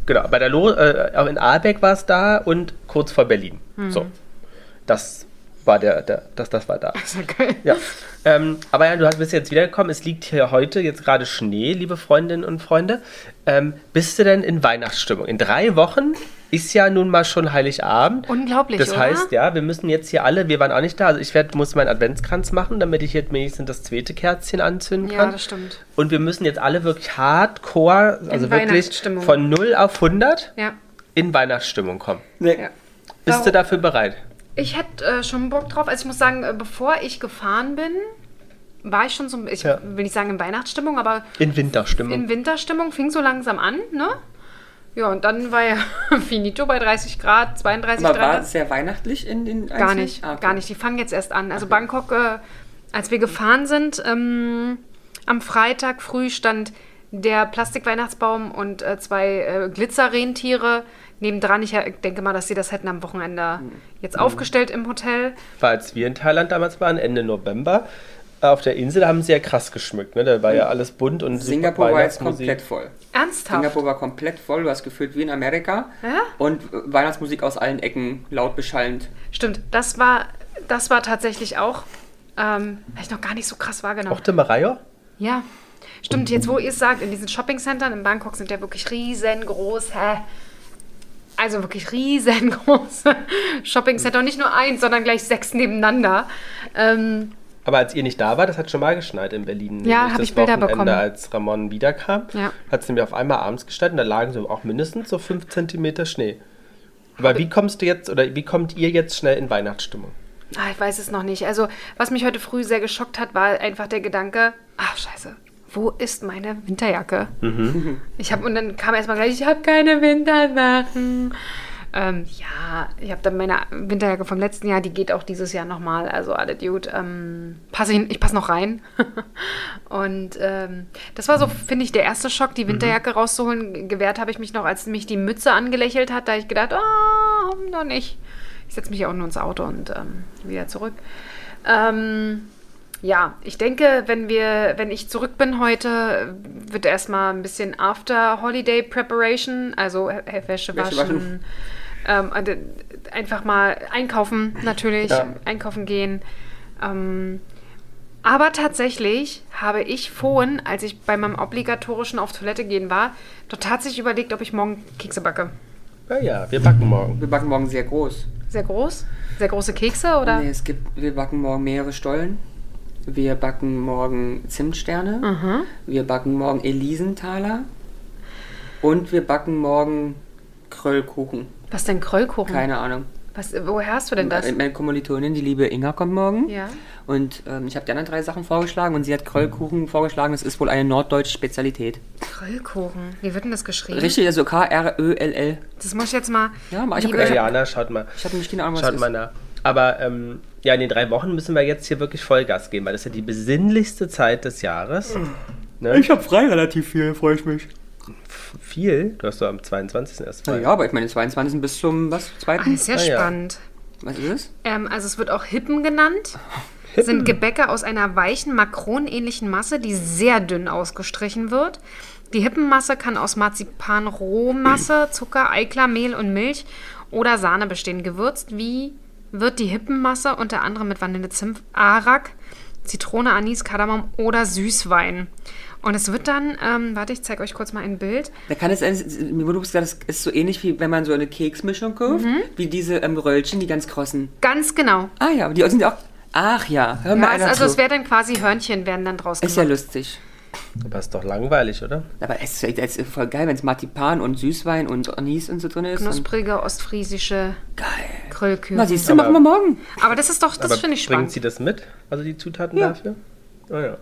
Speaker 2: Genau, bei der Lo äh, auch in Ahlbeck war es da und kurz vor Berlin. So. Das war der, der das, das war da.
Speaker 1: Das ist ja geil.
Speaker 2: Ja. Ähm, aber ja, du hast- bist jetzt wiedergekommen. Es liegt hier heute jetzt gerade Schnee, liebe Freundinnen und Freunde. Ähm, bist du denn in Weihnachtsstimmung? In drei Wochen ist ja nun mal schon Heiligabend.
Speaker 1: Unglaublich,
Speaker 2: Das
Speaker 1: oder?
Speaker 2: heißt, ja, wir müssen jetzt hier alle, wir waren auch nicht da, also ich werd, muss meinen Adventskranz machen, damit ich jetzt wenigstens das zweite Kerzchen anzünden
Speaker 1: Ja,
Speaker 2: kann.
Speaker 1: das stimmt.
Speaker 2: Und wir müssen jetzt alle wirklich hardcore, also wirklich
Speaker 1: Weihnachtsstimmung.
Speaker 2: von 0 auf 100
Speaker 1: Ja.
Speaker 2: in Weihnachtsstimmung kommen.
Speaker 3: Nee.
Speaker 1: Ja.
Speaker 2: Bist
Speaker 1: Warum?
Speaker 2: du dafür bereit?
Speaker 1: Ich hätte äh, schon Bock drauf. Also ich muss sagen, äh, bevor ich gefahren bin, war ich schon so, ich
Speaker 2: Ja.
Speaker 1: will nicht sagen in Weihnachtsstimmung, aber
Speaker 2: In Winterstimmung.
Speaker 1: in Winterstimmung fing so langsam an, ne? Ja, und dann war ja finito bei 30 Grad, 32
Speaker 3: Aber war
Speaker 1: Grad.
Speaker 3: es sehr weihnachtlich in den
Speaker 1: Gar
Speaker 3: einzelnen-
Speaker 1: nicht,
Speaker 3: Ah, okay.
Speaker 1: gar nicht. Die fangen jetzt erst an. Also Bangkok, äh, als wir gefahren sind, ähm, am Freitag früh stand der Plastikweihnachtsbaum und äh, zwei äh, Glitzerrentiere nebendran. Ich äh, denke mal, dass sie das hätten am Wochenende
Speaker 3: Hm.
Speaker 1: jetzt aufgestellt im Hotel.
Speaker 2: war, als wir in Thailand damals waren, Ende November. äh, Auf der Insel haben sie ja krass geschmückt, ne? Da war ja alles bunt und super
Speaker 3: Mhm. Singapur war jetzt
Speaker 2: Weihnachtsmusik.
Speaker 3: komplett voll.
Speaker 1: Ernsthaft?
Speaker 3: Singapur war komplett voll, du hast gefühlt wie in Amerika.
Speaker 1: Ja?
Speaker 3: Und äh, Weihnachtsmusik aus allen Ecken, laut beschallend.
Speaker 1: Stimmt, das war, das war tatsächlich auch, ähm, habe ich noch gar nicht so krass wahrgenommen.
Speaker 2: Auch der Marajo?
Speaker 1: Ja, stimmt, jetzt wo ihr es sagt, in diesen Shoppingcentern in Bangkok sind ja wirklich riesengroß, hä? Also wirklich riesengroße Shoppingcenter und nicht nur eins, sondern gleich sechs nebeneinander. Ähm,
Speaker 2: Aber als ihr nicht da war, das hat schon mal geschneit in Berlin.
Speaker 1: Ja,
Speaker 2: nämlich
Speaker 1: hab
Speaker 2: das
Speaker 1: ich Bilder
Speaker 2: Wochenende,
Speaker 1: bekommen.
Speaker 2: Als Ramon wiederkam,
Speaker 1: Ja.
Speaker 2: hat es nämlich auf einmal abends geschneit und da lagen so auch mindestens so 5 cm Schnee. Aber wie kommst du jetzt oder wie kommt ihr jetzt schnell in Weihnachtsstimmung?
Speaker 1: ah, ich weiß es noch nicht. Also, was mich heute früh sehr geschockt hat, war einfach der Gedanke, ach scheiße, wo ist meine Winterjacke? Ich habe und dann kam erstmal gleich, ich habe keine Wintersachen. Ähm, ja, ich habe dann meine Winterjacke vom letzten Jahr, die geht auch dieses Jahr nochmal. Also alle Dude, ähm, pass ich, ich passe noch rein. und ähm, das war so, finde ich, der erste Schock, die Winterjacke rauszuholen. Gewehrt habe ich mich noch, als mich die Mütze angelächelt hat. Da habe ich gedacht, oh, noch nicht. Ich setze mich ja unten ins Auto und ähm, wieder zurück. Ähm, ja, ich denke, wenn wir, wenn ich zurück bin heute, wird erstmal ein bisschen After Holiday Preparation, also Hä- Hä- Wäsche waschen,
Speaker 3: Wäsche waschen.
Speaker 1: ähm, und, äh, einfach mal einkaufen natürlich,
Speaker 2: Ja.
Speaker 1: einkaufen gehen. Ähm, aber tatsächlich habe ich vorhin, als ich bei meinem obligatorischen auf Toilette gehen war, dort tatsächlich überlegt, ob ich morgen Kekse backe.
Speaker 2: Ja, ja, wir backen morgen.
Speaker 3: Wir backen morgen sehr groß.
Speaker 1: Sehr groß, sehr große Kekse oder?
Speaker 3: Nee, es gibt, wir backen morgen mehrere Stollen. Wir backen morgen Zimtsterne.
Speaker 1: Mhm.
Speaker 3: Wir backen morgen Elisenthaler. Und wir backen morgen Kröllkuchen.
Speaker 1: Was denn Kröllkuchen?
Speaker 3: Keine Ahnung. Äh,
Speaker 1: Was, woher hast du denn das?
Speaker 3: Meine Kommilitonin, die liebe Inga, kommt morgen.
Speaker 1: Ja.
Speaker 3: Und ähm, ich habe die anderen drei Sachen vorgeschlagen und sie hat Kröllkuchen vorgeschlagen. Das ist wohl eine norddeutsche Spezialität.
Speaker 1: Mhm. Kröllkuchen. Wie wird denn das geschrieben?
Speaker 3: Richtig, also K-R-Ö-L-L.
Speaker 1: Das muss ich jetzt mal.
Speaker 3: Ja, mach ich
Speaker 1: Liebe-
Speaker 3: auch gleich.
Speaker 2: Diana, schaut mal.
Speaker 3: Ich habe nämlich keine Ahnung, was
Speaker 2: Schaut
Speaker 3: es
Speaker 2: mal
Speaker 3: ist.
Speaker 2: nach. Aber ähm, ja, in den drei Wochen müssen wir jetzt hier wirklich Vollgas geben, weil das ist ja die besinnlichste Zeit des Jahres. Ne?
Speaker 3: habe frei relativ viel, freue ich mich.
Speaker 2: Viel. Du hast doch am 22. erst frei.
Speaker 3: Ja, aber ich meine, 22. bis zum, was,
Speaker 1: Ah,
Speaker 3: zweiten?
Speaker 1: das ist ja
Speaker 2: Ah, ja.
Speaker 1: spannend.
Speaker 3: Was ist es?
Speaker 1: Ähm, also es wird auch Hippen genannt. Sind Gebäcke aus einer weichen, makronähnlichen Masse, die sehr dünn ausgestrichen wird. Die Hippenmasse kann aus Marzipan-Rohmasse, Zucker, Eiklar, Mehl und Milch oder Sahne bestehen. Gewürzt wie wird die Hippenmasse unter anderem mit Vanille, Zimt, Arak, Zitrone, Anis, Kardamom oder Süßwein. Und es wird dann, ähm, warte, ich zeige euch kurz mal ein Bild.
Speaker 3: Da kann es, mir wurde gesagt, das ist so ähnlich wie wenn man so eine Keksmischung kauft,
Speaker 1: Mhm.
Speaker 3: wie diese ähm, Röllchen, die ganz krossen.
Speaker 1: Ganz genau.
Speaker 3: Ah ja, aber die sind ja auch. Ach ja, hör mal
Speaker 1: Ja, es,
Speaker 3: einer
Speaker 1: also es
Speaker 3: zu.
Speaker 1: wäre dann quasi Hörnchen werden dann draus
Speaker 3: Ist ja
Speaker 1: gemacht.
Speaker 3: lustig.
Speaker 2: Aber ist doch langweilig, oder?
Speaker 3: Aber es ist, es ist voll geil, wenn es Marzipan und Süßwein und Anis und so drin ist. Und
Speaker 1: Knusprige ostfriesische
Speaker 3: geil. Na,
Speaker 1: Grillkühe.
Speaker 3: siehst du, machen wir morgen.
Speaker 1: Aber das ist doch, das
Speaker 2: Aber
Speaker 1: finde ich
Speaker 2: bringt
Speaker 1: spannend.
Speaker 2: sie das mit? Also die Zutaten
Speaker 3: Ja.
Speaker 2: dafür? Oh, ja.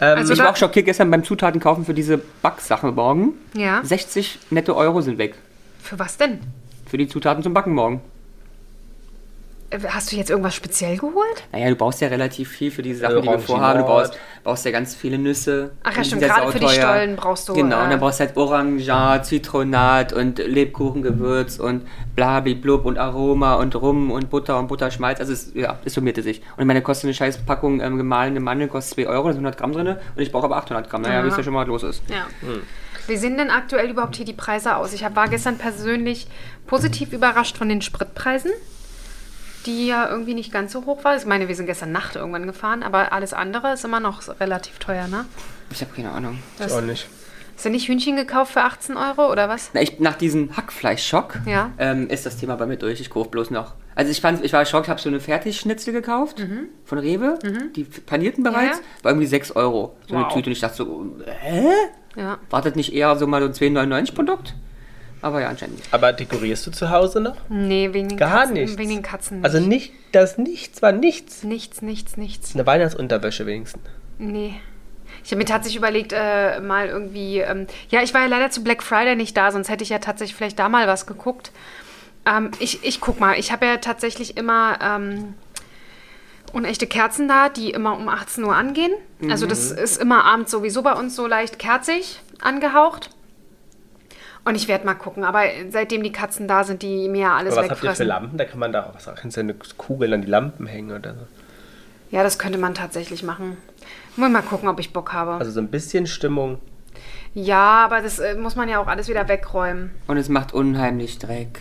Speaker 2: Ähm,
Speaker 1: Also
Speaker 3: Ich
Speaker 1: da-
Speaker 3: war auch schockiert gestern beim Zutaten kaufen für diese Backsache morgen.
Speaker 1: Ja.
Speaker 3: 60 nette Euro sind weg.
Speaker 1: Für was denn?
Speaker 3: für die Zutaten zum Backen morgen.
Speaker 1: Äh, Hast du jetzt irgendwas speziell geholt?
Speaker 3: Naja, du brauchst ja relativ viel für die Sachen, die wir
Speaker 2: Orangensaft.
Speaker 3: vorhaben. Du baust, baust ja ganz viele Nüsse.
Speaker 1: Ach ja,
Speaker 3: Die
Speaker 1: stimmt,
Speaker 3: sind
Speaker 1: gerade für die
Speaker 3: sauteuer.
Speaker 1: Stollen brauchst du,
Speaker 3: Genau, und
Speaker 1: äh,
Speaker 3: dann brauchst du halt Orangenat, Zitronat und Lebkuchengewürz und blabiblub und Aroma und Rum und Butter und Butterschmalz. Also, es, ja, es summierte sich. Und ich meine, kostet eine scheiß Packung ähm, gemahlene Mandeln, kostet 2 Euro, da sind 100 Gramm drin. Und ich brauche aber 800 Gramm. Naja,
Speaker 1: Ja.
Speaker 3: wisst ihr schon mal, was los ist.
Speaker 1: Ja.
Speaker 2: Hm.
Speaker 1: Wie sehen denn aktuell überhaupt hier die Preise aus? Ich hab- war gestern persönlich positiv überrascht von den Spritpreisen, die ja irgendwie nicht ganz so hoch waren. Ich meine, wir sind gestern Nacht irgendwann gefahren, aber alles andere ist immer noch relativ teuer, ne?
Speaker 3: Ich habe keine Ahnung.
Speaker 2: Ich auch nicht.
Speaker 1: Hast du nicht Hühnchen gekauft für 18 Euro oder was?
Speaker 3: Na, ich, nach diesem Hackfleischschock
Speaker 1: Ja.
Speaker 3: ähm, ist das Thema bei mir durch. Ich kaufe bloß noch. Also ich fand, ich war schockiert, ich habe so eine Fertigschnitzel gekauft von Rewe, die panierten bereits,
Speaker 1: Mhm. Ja,
Speaker 3: war irgendwie 6 Euro. So eine
Speaker 2: Wow.
Speaker 3: Tüte und ich dachte so, hä?
Speaker 1: Ja.
Speaker 3: Wartet nicht eher so mal so ein 2,99 Produkt? Aber ja, anscheinend nicht.
Speaker 2: Aber dekorierst du zu Hause noch?
Speaker 1: Nee, wegen den
Speaker 2: Gar
Speaker 1: Katzen.
Speaker 2: nichts.
Speaker 1: Wegen den Katzen.
Speaker 2: Also
Speaker 1: nicht.
Speaker 2: nicht, das Nichts war nichts.
Speaker 1: Nichts, nichts, nichts.
Speaker 2: Eine Weihnachtsunterwäsche wenigstens.
Speaker 1: Nee. Ich habe mir tatsächlich überlegt, äh, mal irgendwie. Ähm, ja, ich war ja leider zu Black Friday nicht da, sonst hätte ich ja tatsächlich vielleicht da mal was geguckt. Ähm, ich, ich guck mal, ich habe ja tatsächlich immer ähm, unechte Kerzen da, die immer um 18 Uhr angehen. Also,
Speaker 2: Mhm.
Speaker 1: das ist immer abends sowieso bei uns so leicht kerzig angehaucht. Und ich werde mal gucken, aber seitdem die Katzen da sind, die mir ja alles
Speaker 2: Aber was habt ihr für
Speaker 1: wegfressen.
Speaker 2: Lampen? Da kann man da auch was Kannst du eine Kugel an die Lampen hängen oder so.
Speaker 1: Ja, das könnte man tatsächlich machen. Muss mal gucken, ob ich Bock habe.
Speaker 2: Also so ein bisschen Stimmung.
Speaker 1: Ja, aber das äh, muss man ja auch alles wieder wegräumen.
Speaker 3: Und es macht unheimlich Dreck.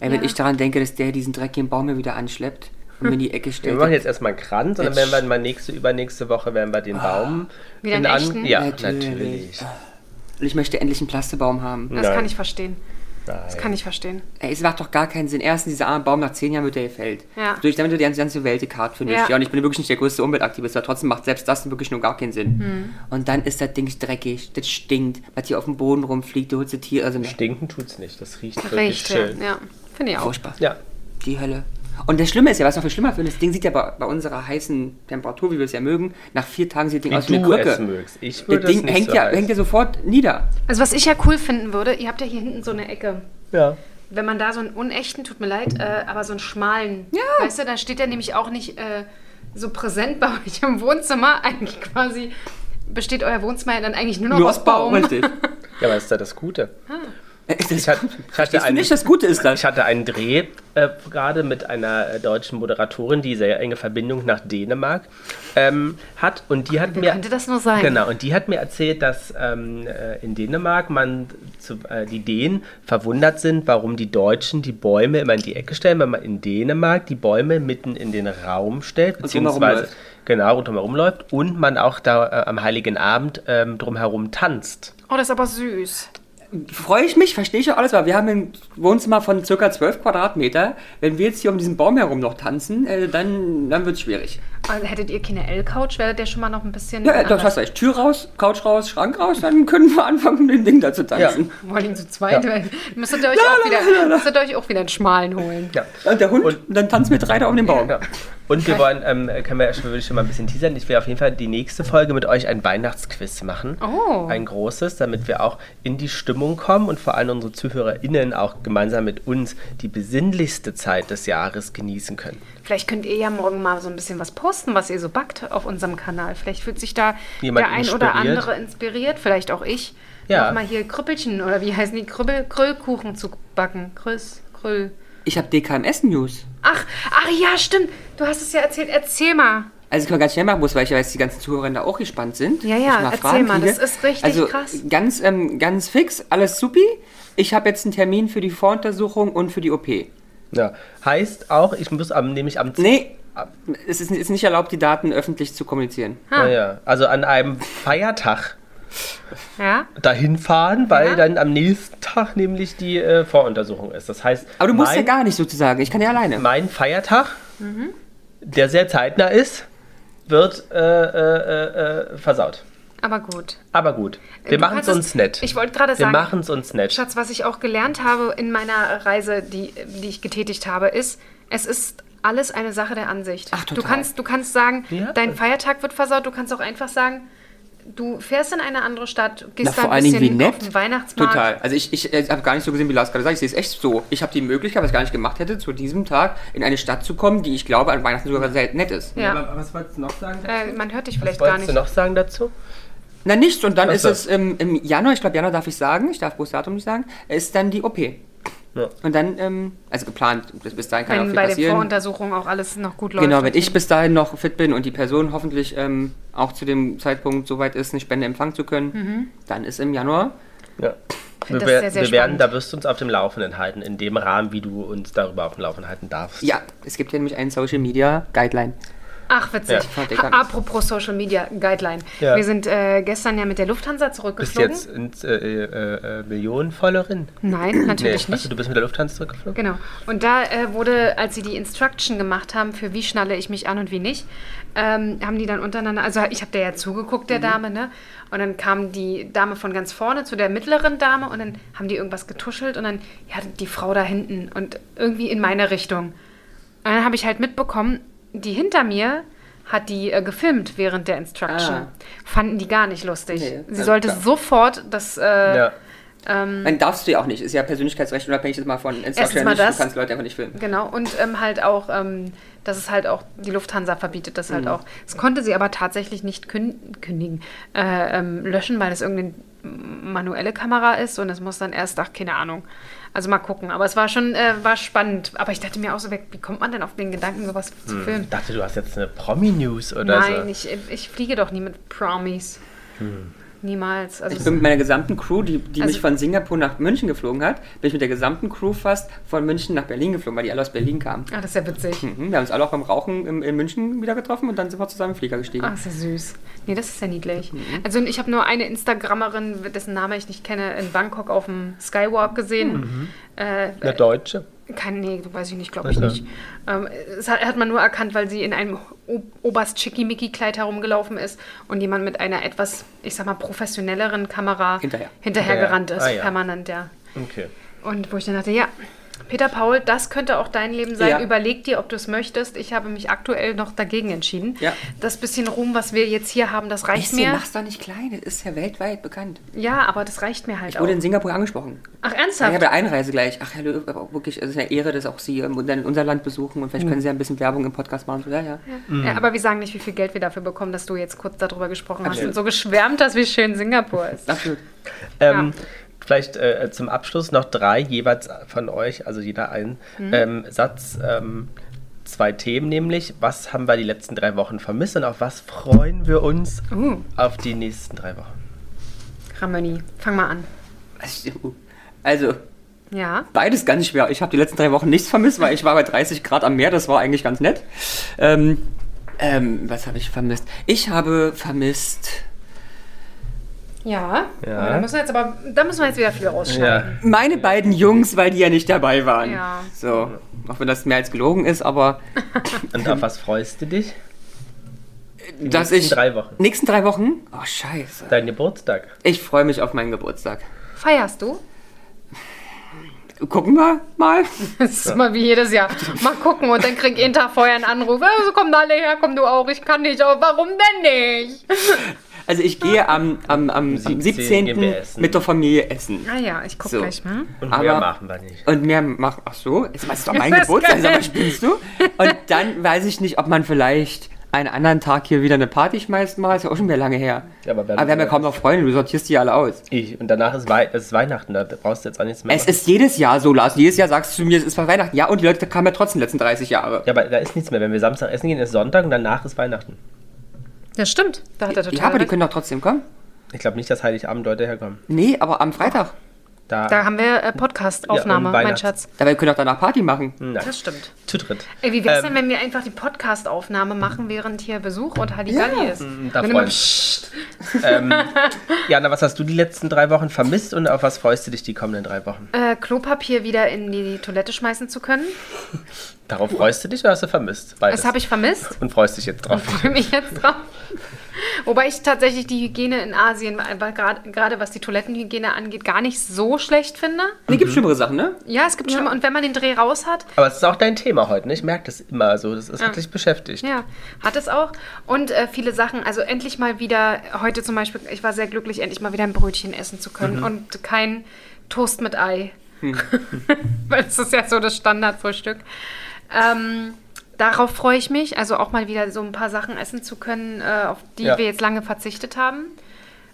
Speaker 3: Ey, wenn
Speaker 1: Ja.
Speaker 3: ich daran denke, dass der diesen dreckigen Baum mir wieder anschleppt und mir in die Ecke
Speaker 2: Wir
Speaker 3: stellt.
Speaker 2: machen jetzt erstmal einen Kranz und dann
Speaker 3: Jetzt-
Speaker 2: werden wir mal nächste, übernächste Woche werden wir den Baum
Speaker 1: Ah. Wieder einen
Speaker 2: in
Speaker 1: echten?
Speaker 2: Ja,
Speaker 3: Natürlich.
Speaker 2: natürlich.
Speaker 3: Und ich möchte endlich einen Plastebaum haben.
Speaker 1: Das
Speaker 2: Nein.
Speaker 1: kann ich verstehen. Das
Speaker 2: Nein.
Speaker 1: kann ich verstehen.
Speaker 3: Ey, es macht doch gar keinen Sinn. Erstens, dieser arme Baum nach zehn Jahren wird der gefällt.
Speaker 1: Ja.
Speaker 3: Durch damit du die ganze, ganze Welt gekarrt findest.
Speaker 1: Ja.
Speaker 3: Ja. und ich bin wirklich nicht der größte Umweltaktivist, aber trotzdem macht selbst das wirklich nur gar keinen Sinn. Und dann ist das Ding dreckig, das stinkt, was hier auf dem Boden rumfliegt, du holst die Tiere, also ne,
Speaker 2: Stinken tut's nicht. Das riecht wirklich
Speaker 1: Recht, ja.
Speaker 2: schön.
Speaker 1: ja. Finde ich auch.
Speaker 3: furchtbar.
Speaker 2: Ja.
Speaker 3: oh, Die Hölle. Und das Schlimme ist ja, was noch viel schlimmer finde, das Ding sieht ja bei, bei unserer heißen Temperatur, wie wir es ja mögen, nach vier Tagen sieht das Ding aus wie
Speaker 2: Wie
Speaker 3: eine
Speaker 2: du es
Speaker 3: Krücke.
Speaker 2: mögst. Ich
Speaker 3: Das
Speaker 2: würde es
Speaker 3: Ding
Speaker 2: nicht
Speaker 3: hängt,
Speaker 2: so
Speaker 3: ja,
Speaker 2: heiß.
Speaker 3: hängt ja sofort nieder.
Speaker 1: Also was ich ja cool finden würde, ihr habt ja hier hinten so eine Ecke.
Speaker 2: ja.
Speaker 1: Wenn man da so einen unechten, tut mir leid, äh, aber so einen schmalen,
Speaker 3: Ja.
Speaker 1: weißt du, da steht ja nämlich auch nicht äh, so präsent bei euch im Wohnzimmer. Eigentlich quasi besteht euer Wohnzimmer ja dann eigentlich nur noch
Speaker 3: Nur
Speaker 1: aus
Speaker 3: aus Baum,
Speaker 1: Baum.
Speaker 3: richtig.
Speaker 2: Ja, aber ist da das Gute.
Speaker 3: Das, ich
Speaker 2: hatte- ich hatte einen-
Speaker 3: nicht, das Gute ist das.
Speaker 2: Ich hatte einen Dreh äh, gerade mit einer äh, deutschen Moderatorin, die sehr enge Verbindung nach Dänemark ähm, hat. Und die hat
Speaker 1: Wer
Speaker 2: mir.
Speaker 1: könnte das nur sein?
Speaker 2: Genau, und die hat mir erzählt, dass ähm, äh, in Dänemark man zu, äh, die Dänen verwundert sind, warum die Deutschen die Bäume immer in die Ecke stellen, weil man in Dänemark die Bäume mitten in den Raum stellt,
Speaker 3: drumherum
Speaker 2: beziehungsweise
Speaker 3: läuft.
Speaker 2: genau rundherum läuft und man auch da äh, am Heiligen Abend ähm, drumherum tanzt.
Speaker 1: Oh, das ist aber süß.
Speaker 3: Freue ich mich, verstehe ich ja alles, aber wir haben ein Wohnzimmer von circa 12 Quadratmeter. Wenn wir jetzt hier um diesen Baum herum noch tanzen, äh, dann, dann wird es schwierig.
Speaker 1: Also, hättet ihr keine L-Couch, wäret ihr schon mal noch ein bisschen...
Speaker 3: Ja, äh, das
Speaker 1: anders.
Speaker 3: hast du recht. Tür raus, Couch raus, Schrank raus, dann können wir anfangen, mit dem Ding da zu tanzen.
Speaker 1: Vor allem zu zweit.
Speaker 2: Ja.
Speaker 1: weil- Müsstet ihr euch auch wieder- müsstet ihr euch auch wieder einen schmalen holen.
Speaker 2: Ja.
Speaker 3: Und der Hund,
Speaker 2: Und-
Speaker 3: und dann tanzen wir drei da um den Baum.
Speaker 2: Ja. Und wir wollen, ähm, können wir schon, würde ich schon mal ein bisschen teasern. Ich will auf jeden Fall die nächste Folge mit euch ein Weihnachtsquiz machen.
Speaker 1: Oh.
Speaker 2: Ein großes, damit wir auch in die Stimmung kommen und vor allem unsere ZuhörerInnen auch gemeinsam mit uns die besinnlichste Zeit des Jahres genießen können.
Speaker 1: Vielleicht könnt ihr ja morgen mal so ein bisschen was posten, was ihr so backt auf unserem Kanal. Vielleicht fühlt sich da
Speaker 2: Jemand
Speaker 1: der ein oder
Speaker 2: inspiriert.
Speaker 1: andere inspiriert, vielleicht auch ich,
Speaker 2: Ja.
Speaker 1: noch mal hier Krüppelchen oder wie heißen die Krüppel, Krüllkuchen zu backen. Krüss, Krüll.
Speaker 3: Ich habe DKMS-News.
Speaker 1: Ach, ach ja, stimmt. Du hast es ja erzählt. Erzähl mal.
Speaker 3: Also ich kann ganz schnell machen muss, weil ich weiß, die ganzen Zuhörer da auch gespannt sind.
Speaker 1: Ja,
Speaker 3: Ich
Speaker 1: ja, erzähl
Speaker 3: Fragen
Speaker 1: mal,
Speaker 3: kriege.
Speaker 1: das ist richtig
Speaker 3: also,
Speaker 1: krass.
Speaker 3: Ganz, ähm, ganz fix, alles supi. Ich habe jetzt einen Termin für die Voruntersuchung und für die OP.
Speaker 2: Ja. Heißt auch, ich muss am, nämlich am
Speaker 3: Nee, es ist, ist nicht erlaubt, die Daten öffentlich zu kommunizieren.
Speaker 2: Ah, ja. Also an einem Feiertag
Speaker 1: Ja?
Speaker 2: dahin fahren, weil
Speaker 1: Ja.
Speaker 2: dann am nächsten Tag nämlich die äh, Voruntersuchung ist. Das heißt,
Speaker 3: Aber du musst ja
Speaker 2: mein,
Speaker 3: gar nicht sozusagen. Ich kann ja alleine.
Speaker 2: mein Feiertag,
Speaker 1: Mhm.
Speaker 2: der sehr zeitnah ist, wird äh, äh, äh, äh, versaut.
Speaker 1: Aber gut.
Speaker 2: Aber gut, wir
Speaker 1: Äh, Du
Speaker 2: machen es
Speaker 1: hattest-
Speaker 2: uns nett.
Speaker 1: ich wollte gerade sagen-
Speaker 2: Wir machen es uns nett.
Speaker 1: Schatz, was ich auch gelernt habe in meiner Reise, die, die ich getätigt habe, ist, es ist alles eine Sache der Ansicht.
Speaker 3: Ach, total.
Speaker 1: Du kannst, du kannst sagen,
Speaker 2: Ja.
Speaker 1: dein Feiertag wird versaut, du kannst auch einfach sagen, du fährst in eine andere Stadt,
Speaker 3: Na,
Speaker 1: gehst
Speaker 3: vor
Speaker 1: da ein
Speaker 3: allen Dingen wie
Speaker 1: bisschen auf
Speaker 3: nett.
Speaker 1: den Weihnachtsmarkt.
Speaker 3: Total. Also ich, ich, ich habe gar nicht so gesehen, wie Lars gerade sagt. Ich sehe es echt so. Ich habe die Möglichkeit, was ich gar nicht gemacht hätte, zu diesem Tag in eine Stadt zu kommen, die ich glaube an Weihnachten sogar sehr nett ist.
Speaker 1: Ja.
Speaker 5: Aber was wolltest du noch sagen?
Speaker 1: Äh, man hört dich vielleicht gar
Speaker 2: Wolltest
Speaker 1: nicht.
Speaker 2: du noch sagen dazu?
Speaker 3: Na nichts. Und dann
Speaker 2: Ach
Speaker 3: ist
Speaker 2: so.
Speaker 3: es im, im Januar, ich glaube Januar darf ich sagen, ich darf bloß Datum nicht sagen, ist dann die OP.
Speaker 2: Ja.
Speaker 3: Und dann, ähm, also geplant, bis bis dahin kann auch
Speaker 1: Wenn
Speaker 3: viel
Speaker 1: bei den
Speaker 3: passieren.
Speaker 1: Voruntersuchungen auch alles noch gut läuft.
Speaker 3: Genau, wenn ich bis dahin noch fit bin und die Person hoffentlich ähm, auch zu dem Zeitpunkt soweit ist, eine Spende empfangen zu können,
Speaker 1: Mhm.
Speaker 3: dann ist im Januar.
Speaker 2: Ja. Wir,
Speaker 1: das sehr,
Speaker 2: wer-
Speaker 1: sehr
Speaker 2: wir werden,
Speaker 1: spannend.
Speaker 2: da wirst du uns auf dem Laufenden halten, in dem Rahmen, wie du uns darüber auf dem Laufenden halten darfst.
Speaker 3: Ja, es gibt ja nämlich einen Social Media Guideline.
Speaker 1: Ach, witzig.
Speaker 2: Ja,
Speaker 3: fand ich
Speaker 1: Ha-
Speaker 3: gar nicht.
Speaker 1: Apropos Social Media Guideline.
Speaker 2: Ja.
Speaker 1: Wir sind äh, gestern ja mit der Lufthansa
Speaker 2: Bist
Speaker 1: zurückgeflogen.
Speaker 2: jetzt ins, äh, äh, äh, Millionenvollerin?
Speaker 1: Nein, natürlich
Speaker 2: also
Speaker 1: nicht.
Speaker 2: du bist mit der Lufthansa zurückgeflogen?
Speaker 1: Genau. Und da äh, wurde, als sie die Instruction gemacht haben, für wie schnalle ich mich an und wie nicht, ähm, haben die dann untereinander, also ich habe der ja zugeguckt,
Speaker 3: Mhm.
Speaker 1: der Dame, ne? Und dann kam die Dame von ganz vorne zu der mittleren Dame und dann haben die irgendwas getuschelt und dann, ja, die Frau da hinten und irgendwie in meine Richtung. Und dann habe ich halt mitbekommen, die hinter mir hat die äh, gefilmt während der Instruction.
Speaker 3: Ah.
Speaker 1: Fanden die gar nicht lustig.
Speaker 3: Nee,
Speaker 1: sie
Speaker 3: alles
Speaker 1: sollte
Speaker 3: klar.
Speaker 1: sofort das äh,
Speaker 2: Ja.
Speaker 3: Nein, darfst du ja auch nicht. Ist ja Persönlichkeitsrecht unabhängig jetzt Mhm. mal von Instagram.
Speaker 1: mal
Speaker 3: nicht.
Speaker 1: das.
Speaker 3: Du kannst Leute einfach nicht filmen.
Speaker 1: Genau, und ähm, halt auch, ähm, dass es halt auch, die Lufthansa verbietet das halt
Speaker 3: Mhm.
Speaker 1: auch. Das konnte sie aber tatsächlich nicht kün kündigen, äh, ähm, löschen, weil es irgendeine manuelle Kamera ist und es muss dann erst, ach, keine Ahnung. Also mal gucken. Aber es war schon, äh, war spannend. Aber ich dachte mir auch so, wer- wie kommt man denn auf den Gedanken, sowas
Speaker 3: Hm.
Speaker 1: zu filmen?
Speaker 2: Ich dachte, du hast jetzt eine Promi-News oder so.
Speaker 1: Nein, ich, ich fliege doch nie mit Promis. Niemals. Also
Speaker 3: Hm. Ich
Speaker 1: es-
Speaker 3: bin mit meiner gesamten Crew, die, die
Speaker 1: Also-
Speaker 3: mich von Singapur nach München geflogen hat, bin ich mit der gesamten Crew fast von München nach Berlin geflogen, weil die alle aus Berlin kamen.
Speaker 1: ah, das ist ja witzig.
Speaker 3: Mhm, wir haben uns alle auch beim Rauchen im, in München wieder getroffen und dann sind wir zusammen im Flieger gestiegen.
Speaker 1: Ach, ist ja süß. Nee, das ist ja niedlich. Also ich habe nur eine Instagrammerin, dessen Name ich nicht kenne, in Bangkok auf dem Skywalk gesehen. Äh,
Speaker 2: Eine Deutsche.
Speaker 1: kein, nee, weiß ich nicht, glaube ich
Speaker 2: Ach so.
Speaker 1: nicht. Ähm, es hat, hat man nur erkannt, weil sie in einem o oberst schickimicki kleid herumgelaufen ist und jemand mit einer etwas, ich sag mal, professionelleren Kamera
Speaker 3: Hinterher.
Speaker 1: hinterhergerannt
Speaker 2: Hinterher.
Speaker 1: ist,
Speaker 2: Ah, ja.
Speaker 1: permanent, ja.
Speaker 2: Okay.
Speaker 1: Und wo ich dann dachte, ja, Peter Paul, das könnte auch dein Leben sein.
Speaker 3: Ja.
Speaker 1: Überleg dir, ob du es möchtest. Ich habe mich aktuell noch dagegen entschieden.
Speaker 3: Ja.
Speaker 1: Das bisschen Ruhm, was wir jetzt hier haben, das reicht
Speaker 3: Bisschen
Speaker 1: mir.
Speaker 3: mach's doch nicht klein, das ist ja weltweit bekannt.
Speaker 1: Ja, aber das reicht mir halt
Speaker 3: Ich
Speaker 1: auch.
Speaker 3: wurde in Singapur angesprochen.
Speaker 1: Ach,
Speaker 3: Ich
Speaker 1: ernsthaft?
Speaker 3: habe der Einreise gleich. Ach, Herr Löw, aber auch wirklich, es ist eine Ehre, dass auch Sie ähm, dann unser Land besuchen und vielleicht können Sie ja ein bisschen Werbung im Podcast machen. So, ja, Mhm. ja.
Speaker 1: ja,
Speaker 2: Mhm.
Speaker 1: aber wir sagen nicht, wie viel Geld wir dafür bekommen, dass du jetzt kurz darüber gesprochen hast
Speaker 3: Absolut.
Speaker 1: und so geschwärmt hast, wie schön Singapur ist.
Speaker 3: Absolut.
Speaker 2: Ähm, Vielleicht äh, zum Abschluss noch drei jeweils von euch, also jeder ein ähm, Satz, ähm, zwei Themen nämlich. Was haben wir die letzten drei Wochen vermisst und auf was freuen wir uns
Speaker 1: Uh,
Speaker 2: auf die nächsten drei Wochen?
Speaker 1: Ramoni, fang mal an.
Speaker 3: Also, Also,
Speaker 1: Ja,
Speaker 3: beides ganz schwer. Ich habe die letzten drei Wochen nichts vermisst, weil ich war bei 30 Grad am Meer, das war eigentlich ganz nett. Ähm, ähm, was habe ich vermisst? Ich habe vermisst
Speaker 1: ja.
Speaker 2: Ja.
Speaker 1: Oh, da müssen wir jetzt aber, da müssen wir jetzt wieder viel rausschneiden.
Speaker 2: Ja.
Speaker 3: meine beiden Jungs, weil die ja nicht dabei waren.
Speaker 1: Ja.
Speaker 3: So, auch wenn das mehr als gelogen ist, aber
Speaker 2: Und auf was freust du dich?
Speaker 3: dass
Speaker 2: nächsten
Speaker 3: ich...
Speaker 2: drei Wochen.
Speaker 3: Nächsten drei Wochen? Oh, scheiße.
Speaker 2: Dein Geburtstag.
Speaker 3: Ich freue mich auf meinen Geburtstag.
Speaker 1: Feierst du?
Speaker 3: Gucken wir mal.
Speaker 1: Das ist immer wie jedes Jahr. Mal gucken und dann krieg ich jeden Tag vorher einen Anruf. Ja, so kommen alle her, komm du auch, ich kann nicht. Aber warum denn nicht?
Speaker 3: Also ich gehe am, am, am, am
Speaker 2: 17.
Speaker 3: 17.
Speaker 2: gehen wir essen.
Speaker 3: mit der Familie essen.
Speaker 1: Ah ja, ich guck
Speaker 3: So.
Speaker 1: gleich mal.
Speaker 2: Und
Speaker 3: Aber-
Speaker 2: mehr machen wir nicht.
Speaker 3: Und mehr mach, ach so, jetzt meinst du doch mein
Speaker 1: Das ist
Speaker 3: Geburtstag,
Speaker 1: geil.
Speaker 3: sag mal, spinnst du? Und dann weiß ich nicht, ob man vielleicht einen anderen Tag hier wieder eine Party schmeißt mal, ist ja auch schon wieder lange her.
Speaker 2: Ja, aber
Speaker 3: aber,
Speaker 2: wer-
Speaker 3: wir haben ja kaum noch Freunde, du sortierst die alle aus.
Speaker 2: Ich. Und danach ist, Wei es ist Weihnachten, da brauchst du jetzt auch nichts mehr.
Speaker 3: Es
Speaker 2: machen.
Speaker 3: ist jedes Jahr so, Lars, jedes Jahr sagst du zu mir, es ist bei Weihnachten. Ja, und die Leute kamen ja trotzdem die letzten 30 Jahre.
Speaker 2: ja, aber da ist nichts mehr. Wenn wir Samstag essen gehen, ist Sonntag und danach ist Weihnachten.
Speaker 1: Das stimmt. Da hat er total.
Speaker 3: Ja, aber die
Speaker 1: recht.
Speaker 3: können doch trotzdem kommen.
Speaker 2: Ich glaube nicht, dass Heiligabend Leute herkommen.
Speaker 3: Nee, aber am Freitag.
Speaker 2: Da,
Speaker 1: da haben wir äh,
Speaker 2: Ja,
Speaker 1: Podcast-Aufnahme,
Speaker 2: und
Speaker 1: mein
Speaker 2: Weihnachts-
Speaker 1: Schatz.
Speaker 3: Aber wir können doch danach Party machen.
Speaker 2: Nein.
Speaker 1: Das stimmt.
Speaker 2: Zutritt.
Speaker 1: Ey, wie wär's
Speaker 2: Ähm.
Speaker 1: denn, wenn wir einfach die Podcast-Aufnahme machen, während hier Besuch und Halligalli ist?
Speaker 2: da
Speaker 1: Wenn immer,
Speaker 2: freuen-
Speaker 1: Psst.
Speaker 2: Jana, was hast du die letzten drei Wochen vermisst und auf was freust du dich die kommenden drei Wochen?
Speaker 1: äh, Klopapier wieder in die Toilette schmeißen zu können.
Speaker 2: Darauf freust du dich oder hast du vermisst? Beides.
Speaker 1: Das habe ich vermisst.
Speaker 2: Und freust dich jetzt drauf.
Speaker 1: Ich freue mich jetzt drauf. Wobei ich tatsächlich die Hygiene in Asien, aber grad- gerade was die Toilettenhygiene angeht, gar nicht so schlecht finde.
Speaker 3: Nee, gibt schlimmere Sachen, ne?
Speaker 1: Ja, es gibt schon mal, und wenn man den Dreh raus hat,
Speaker 2: Aber es ist auch dein Thema heute, ne? Ich merke das immer so. Das, das hat dich beschäftigt.
Speaker 1: Ja, hat es auch. Und äh, viele Sachen, also endlich mal wieder, heute zum Beispiel, ich war sehr glücklich, endlich mal wieder ein Brötchen essen zu können und kein Toast mit Ei. Weil es ist ja so das Standardfrühstück. Ähm, darauf freue ich mich, also auch mal wieder so ein paar Sachen essen zu können, äh, auf die
Speaker 2: Ja.
Speaker 1: wir jetzt lange verzichtet haben.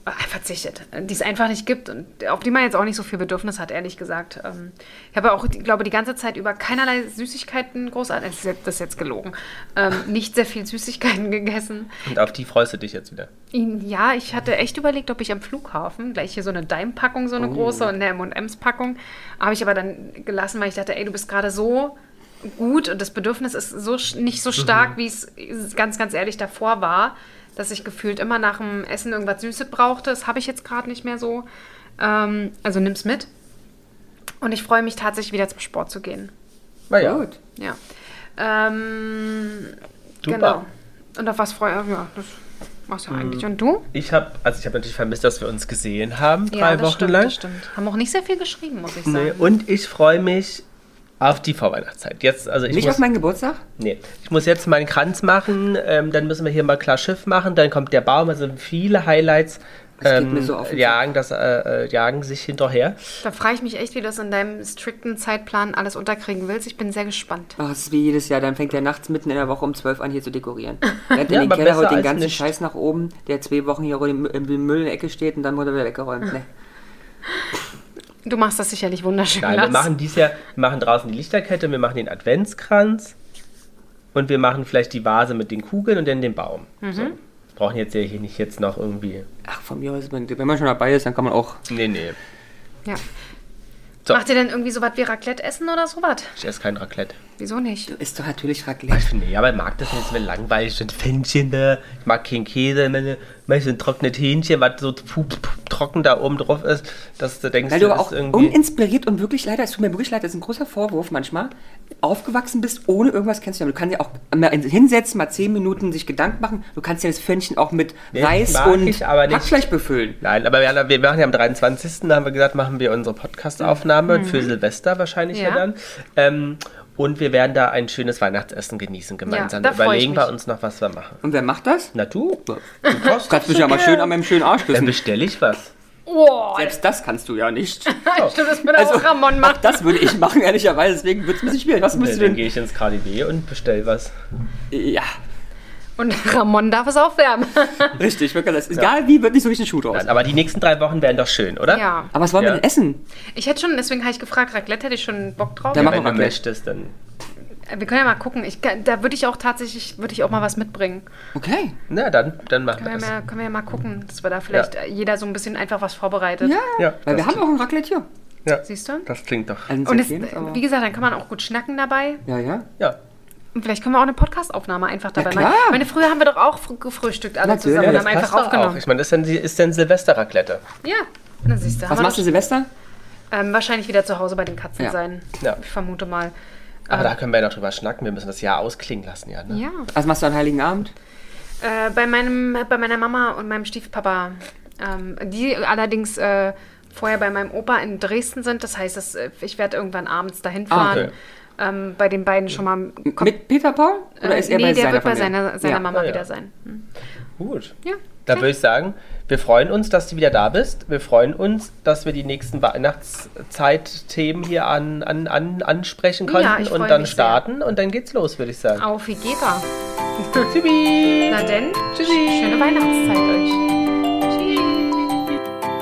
Speaker 1: Äh, Verzichtet, äh, die es einfach nicht gibt und auf die man jetzt auch nicht so viel Bedürfnis hat, ehrlich gesagt. Ähm, Ich habe auch, ich glaube, die ganze Zeit über keinerlei Süßigkeiten großartig, das ist jetzt- das ist jetzt gelogen, ähm, nicht sehr viel Süßigkeiten gegessen.
Speaker 2: Und auf die freust du dich jetzt wieder.
Speaker 1: Ja, ich hatte echt überlegt, ob ich am Flughafen gleich hier so eine Dime-Packung, so eine große und eine M&M's-Packung, habe ich aber dann gelassen, weil ich dachte, ey, du bist gerade so gut und das Bedürfnis ist so sch- nicht so stark, wie es ganz, ganz ehrlich davor war, dass ich gefühlt immer nach dem Essen irgendwas Süßes brauchte. Das habe ich jetzt gerade nicht mehr so. Ähm, also nimm's mit. Und ich freue mich tatsächlich wieder zum Sport zu gehen.
Speaker 2: Naja.
Speaker 3: Gut.
Speaker 1: Ja. Ähm,
Speaker 2: Super.
Speaker 1: Genau. Und auf was freue ich mich? Ja, das machst du ja eigentlich. Und du?
Speaker 2: Ich habe, also ich habe natürlich vermisst, dass wir uns gesehen haben, drei
Speaker 1: ja, das
Speaker 2: Wochen
Speaker 1: stimmt,
Speaker 2: lang.
Speaker 1: Das stimmt. Haben auch nicht sehr viel geschrieben, muss ich
Speaker 2: Nee,
Speaker 1: sagen.
Speaker 2: und ich freue mich auf die Vorweihnachtszeit. Jetzt, also ich
Speaker 3: Nicht
Speaker 2: muss,
Speaker 3: auf meinen Geburtstag?
Speaker 2: nee, ich muss jetzt meinen Kranz machen, ähm, dann müssen wir hier mal klar Schiff machen, dann kommt der Baum, also viele Highlights
Speaker 3: Das geht
Speaker 2: ähm,
Speaker 3: mir so auf den
Speaker 2: jagen, das, äh, äh, jagen sich hinterher.
Speaker 1: Da frage ich mich echt, wie du das in deinem strikten Zeitplan alles unterkriegen willst. Ich bin sehr gespannt.
Speaker 3: Ach, es ist wie jedes Jahr, dann fängt er nachts mitten in der Woche um 12 an hier zu dekorieren. Er hat in
Speaker 2: Ja,
Speaker 3: den
Speaker 2: aber
Speaker 3: Keller
Speaker 2: besser
Speaker 3: holt den
Speaker 2: als
Speaker 3: ganzen
Speaker 2: nicht.
Speaker 3: Scheiß nach oben, der zwei Wochen hier im im Müll in der Ecke steht und dann wurde er wieder weggeräumt. Ne?
Speaker 1: Du machst das sicherlich wunderschön.
Speaker 2: Nein, wir
Speaker 1: Lars.
Speaker 2: machen dies Jahr, wir machen draußen die Lichterkette, wir machen den Adventskranz und wir machen vielleicht die Vase mit den Kugeln und dann den Baum.
Speaker 3: Mhm.
Speaker 2: So. Wir brauchen jetzt ja hier nicht jetzt noch irgendwie.
Speaker 3: Ach, von mir aus, wenn wenn man schon dabei ist, dann kann man auch.
Speaker 2: Nee, nee.
Speaker 1: Ja.
Speaker 2: So.
Speaker 1: Macht ihr denn irgendwie sowas wie Raclette essen oder sowas?
Speaker 2: Ich esse kein Raclette.
Speaker 1: Wieso nicht?
Speaker 3: Ist doch natürlich Raclette.
Speaker 2: Nee, aber ich mag das nicht, wenn langweilig sind Fännchen da. Ich mag keinen Käse, meine, meine so ein trockenes Hähnchen, was so pup, pup, trocken da oben drauf ist, dass du denkst,
Speaker 3: Weil du
Speaker 2: das
Speaker 3: aber auch
Speaker 2: ist irgendwie.
Speaker 3: uninspiriert und wirklich leider, es tut mir wirklich leid, das ist ein großer Vorwurf manchmal, aufgewachsen bist, ohne irgendwas kennenzulernen. Du kannst ja auch mal hinsetzen, mal zehn Minuten sich Gedanken machen. Du kannst ja das Pfännchen auch mit
Speaker 2: Nee,
Speaker 3: Reis
Speaker 2: mag
Speaker 3: und
Speaker 2: ich aber nicht.
Speaker 3: Hackfleisch befüllen.
Speaker 2: Nein, aber wir, wir machen ja am 23. haben wir gesagt, machen wir unsere Podcast-Aufnahme für Silvester wahrscheinlich ja.
Speaker 1: Mhm. Ja.
Speaker 2: dann. Ähm, und wir werden da ein schönes Weihnachtsessen genießen gemeinsam.
Speaker 1: da freu ich
Speaker 2: Überlegen wir
Speaker 1: mich.
Speaker 2: uns noch, was wir machen.
Speaker 3: Und wer macht das?
Speaker 2: Na du?
Speaker 3: Du
Speaker 2: du kochst
Speaker 3: kannst mich ja mal schön an meinem schönen Arsch
Speaker 2: Dann
Speaker 3: küssen.
Speaker 2: bestelle ich was.
Speaker 1: Oh,
Speaker 3: Selbst das kannst du ja nicht.
Speaker 1: stimmt, das bin also, auch Ramon
Speaker 3: Auch
Speaker 1: macht.
Speaker 3: das würde ich machen, ehrlicherweise. Deswegen wird es ein bisschen schwierig. Was
Speaker 2: Nee,
Speaker 3: musst
Speaker 2: dann
Speaker 3: du
Speaker 2: gehe ich ins KDW und bestelle was.
Speaker 3: denn? Ja,
Speaker 1: Und Ramon darf es aufwärmen.
Speaker 3: richtig. Wirklich, das ist Egal wie, wird nicht so richtig ein Schuh draus.
Speaker 2: Nein, aber die nächsten drei Wochen werden doch schön, oder?
Speaker 1: ja.
Speaker 3: Aber was wollen
Speaker 2: Ja.
Speaker 3: wir denn essen?
Speaker 1: Ich hätte schon, deswegen habe ich gefragt, Raclette hätte ich schon Bock drauf. Äh,
Speaker 3: Ja, mach
Speaker 2: Wenn
Speaker 3: mal
Speaker 2: du
Speaker 3: Raclette.
Speaker 2: möchtest, dann
Speaker 1: Wir können ja mal gucken. Ich, kann- da würde ich auch tatsächlich, würde ich auch mal was mitbringen.
Speaker 3: Okay.
Speaker 2: Na, dann, dann machen wir
Speaker 1: Können
Speaker 2: das.
Speaker 1: wir, ja, können wir ja mal gucken, dass wir da vielleicht äh, jeder so ein bisschen einfach was vorbereitet.
Speaker 3: Ja.
Speaker 2: Ja,
Speaker 3: Weil wir
Speaker 2: das-
Speaker 3: haben auch ein Raclette hier.
Speaker 2: Ja,
Speaker 1: Siehst du?
Speaker 2: das klingt doch.
Speaker 3: Also
Speaker 1: Und es,
Speaker 3: zehn, aber-
Speaker 1: wie gesagt, dann kann man auch gut schnacken dabei.
Speaker 3: ja, ja.
Speaker 2: Ja.
Speaker 1: Und vielleicht können wir auch eine Podcast-Aufnahme einfach dabei
Speaker 3: klar.
Speaker 1: machen. Ich meine, früher haben wir doch auch fr- gefrühstückt alle
Speaker 3: Natürlich,
Speaker 1: zusammen und haben
Speaker 2: das
Speaker 1: einfach
Speaker 2: passt doch
Speaker 1: aufgenommen.
Speaker 2: Auch. Ich meine, das ist denn, die- ist denn Silvester-Raclette.
Speaker 1: Ja, dann siehst du. haben
Speaker 3: Was
Speaker 1: wir
Speaker 3: machst du
Speaker 1: doch-
Speaker 3: Silvester?
Speaker 1: Ähm, wahrscheinlich wieder zu Hause bei den Katzen
Speaker 3: Ja.
Speaker 1: sein.
Speaker 2: Ja.
Speaker 1: Ich vermute mal.
Speaker 2: Aber da können wir ja noch drüber schnacken. Wir müssen das Jahr ausklingen lassen, ja. Ne?
Speaker 1: Ah. Ähm, Ja.
Speaker 3: Was machst du an Heiligen Abend?
Speaker 1: Äh, bei, meinem, bei meiner Mama und meinem Stiefpapa, ähm, die allerdings äh, vorher bei meinem Opa in Dresden sind. Das heißt, dass, äh, ich werde irgendwann abends dahin
Speaker 3: Ah,
Speaker 1: fahren.
Speaker 2: okay.
Speaker 1: ähm, bei den beiden schon mal.
Speaker 3: Mit Peter Paul? Oder
Speaker 1: Äh,
Speaker 3: ist er
Speaker 1: nee,
Speaker 3: bei
Speaker 1: der
Speaker 3: seiner
Speaker 1: wird bei
Speaker 3: Familie?
Speaker 1: seiner, seiner
Speaker 3: ja.
Speaker 1: Mama
Speaker 2: Ah, ja.
Speaker 1: wieder sein.
Speaker 2: Gut.
Speaker 1: Ja.
Speaker 2: Da würde ich sagen, wir freuen uns, dass du wieder da bist. Wir freuen uns, dass wir die nächsten Weihnachtszeitthemen hier an, an, an, ansprechen
Speaker 1: Ja,
Speaker 2: konnten
Speaker 1: ich freu
Speaker 2: und dann
Speaker 1: mich sehr.
Speaker 2: starten. Und dann geht's los, würde ich sagen.
Speaker 1: Auf wie geht er?
Speaker 2: Tschüssi.
Speaker 1: Na denn, schöne Weihnachtszeit euch. Tschüss.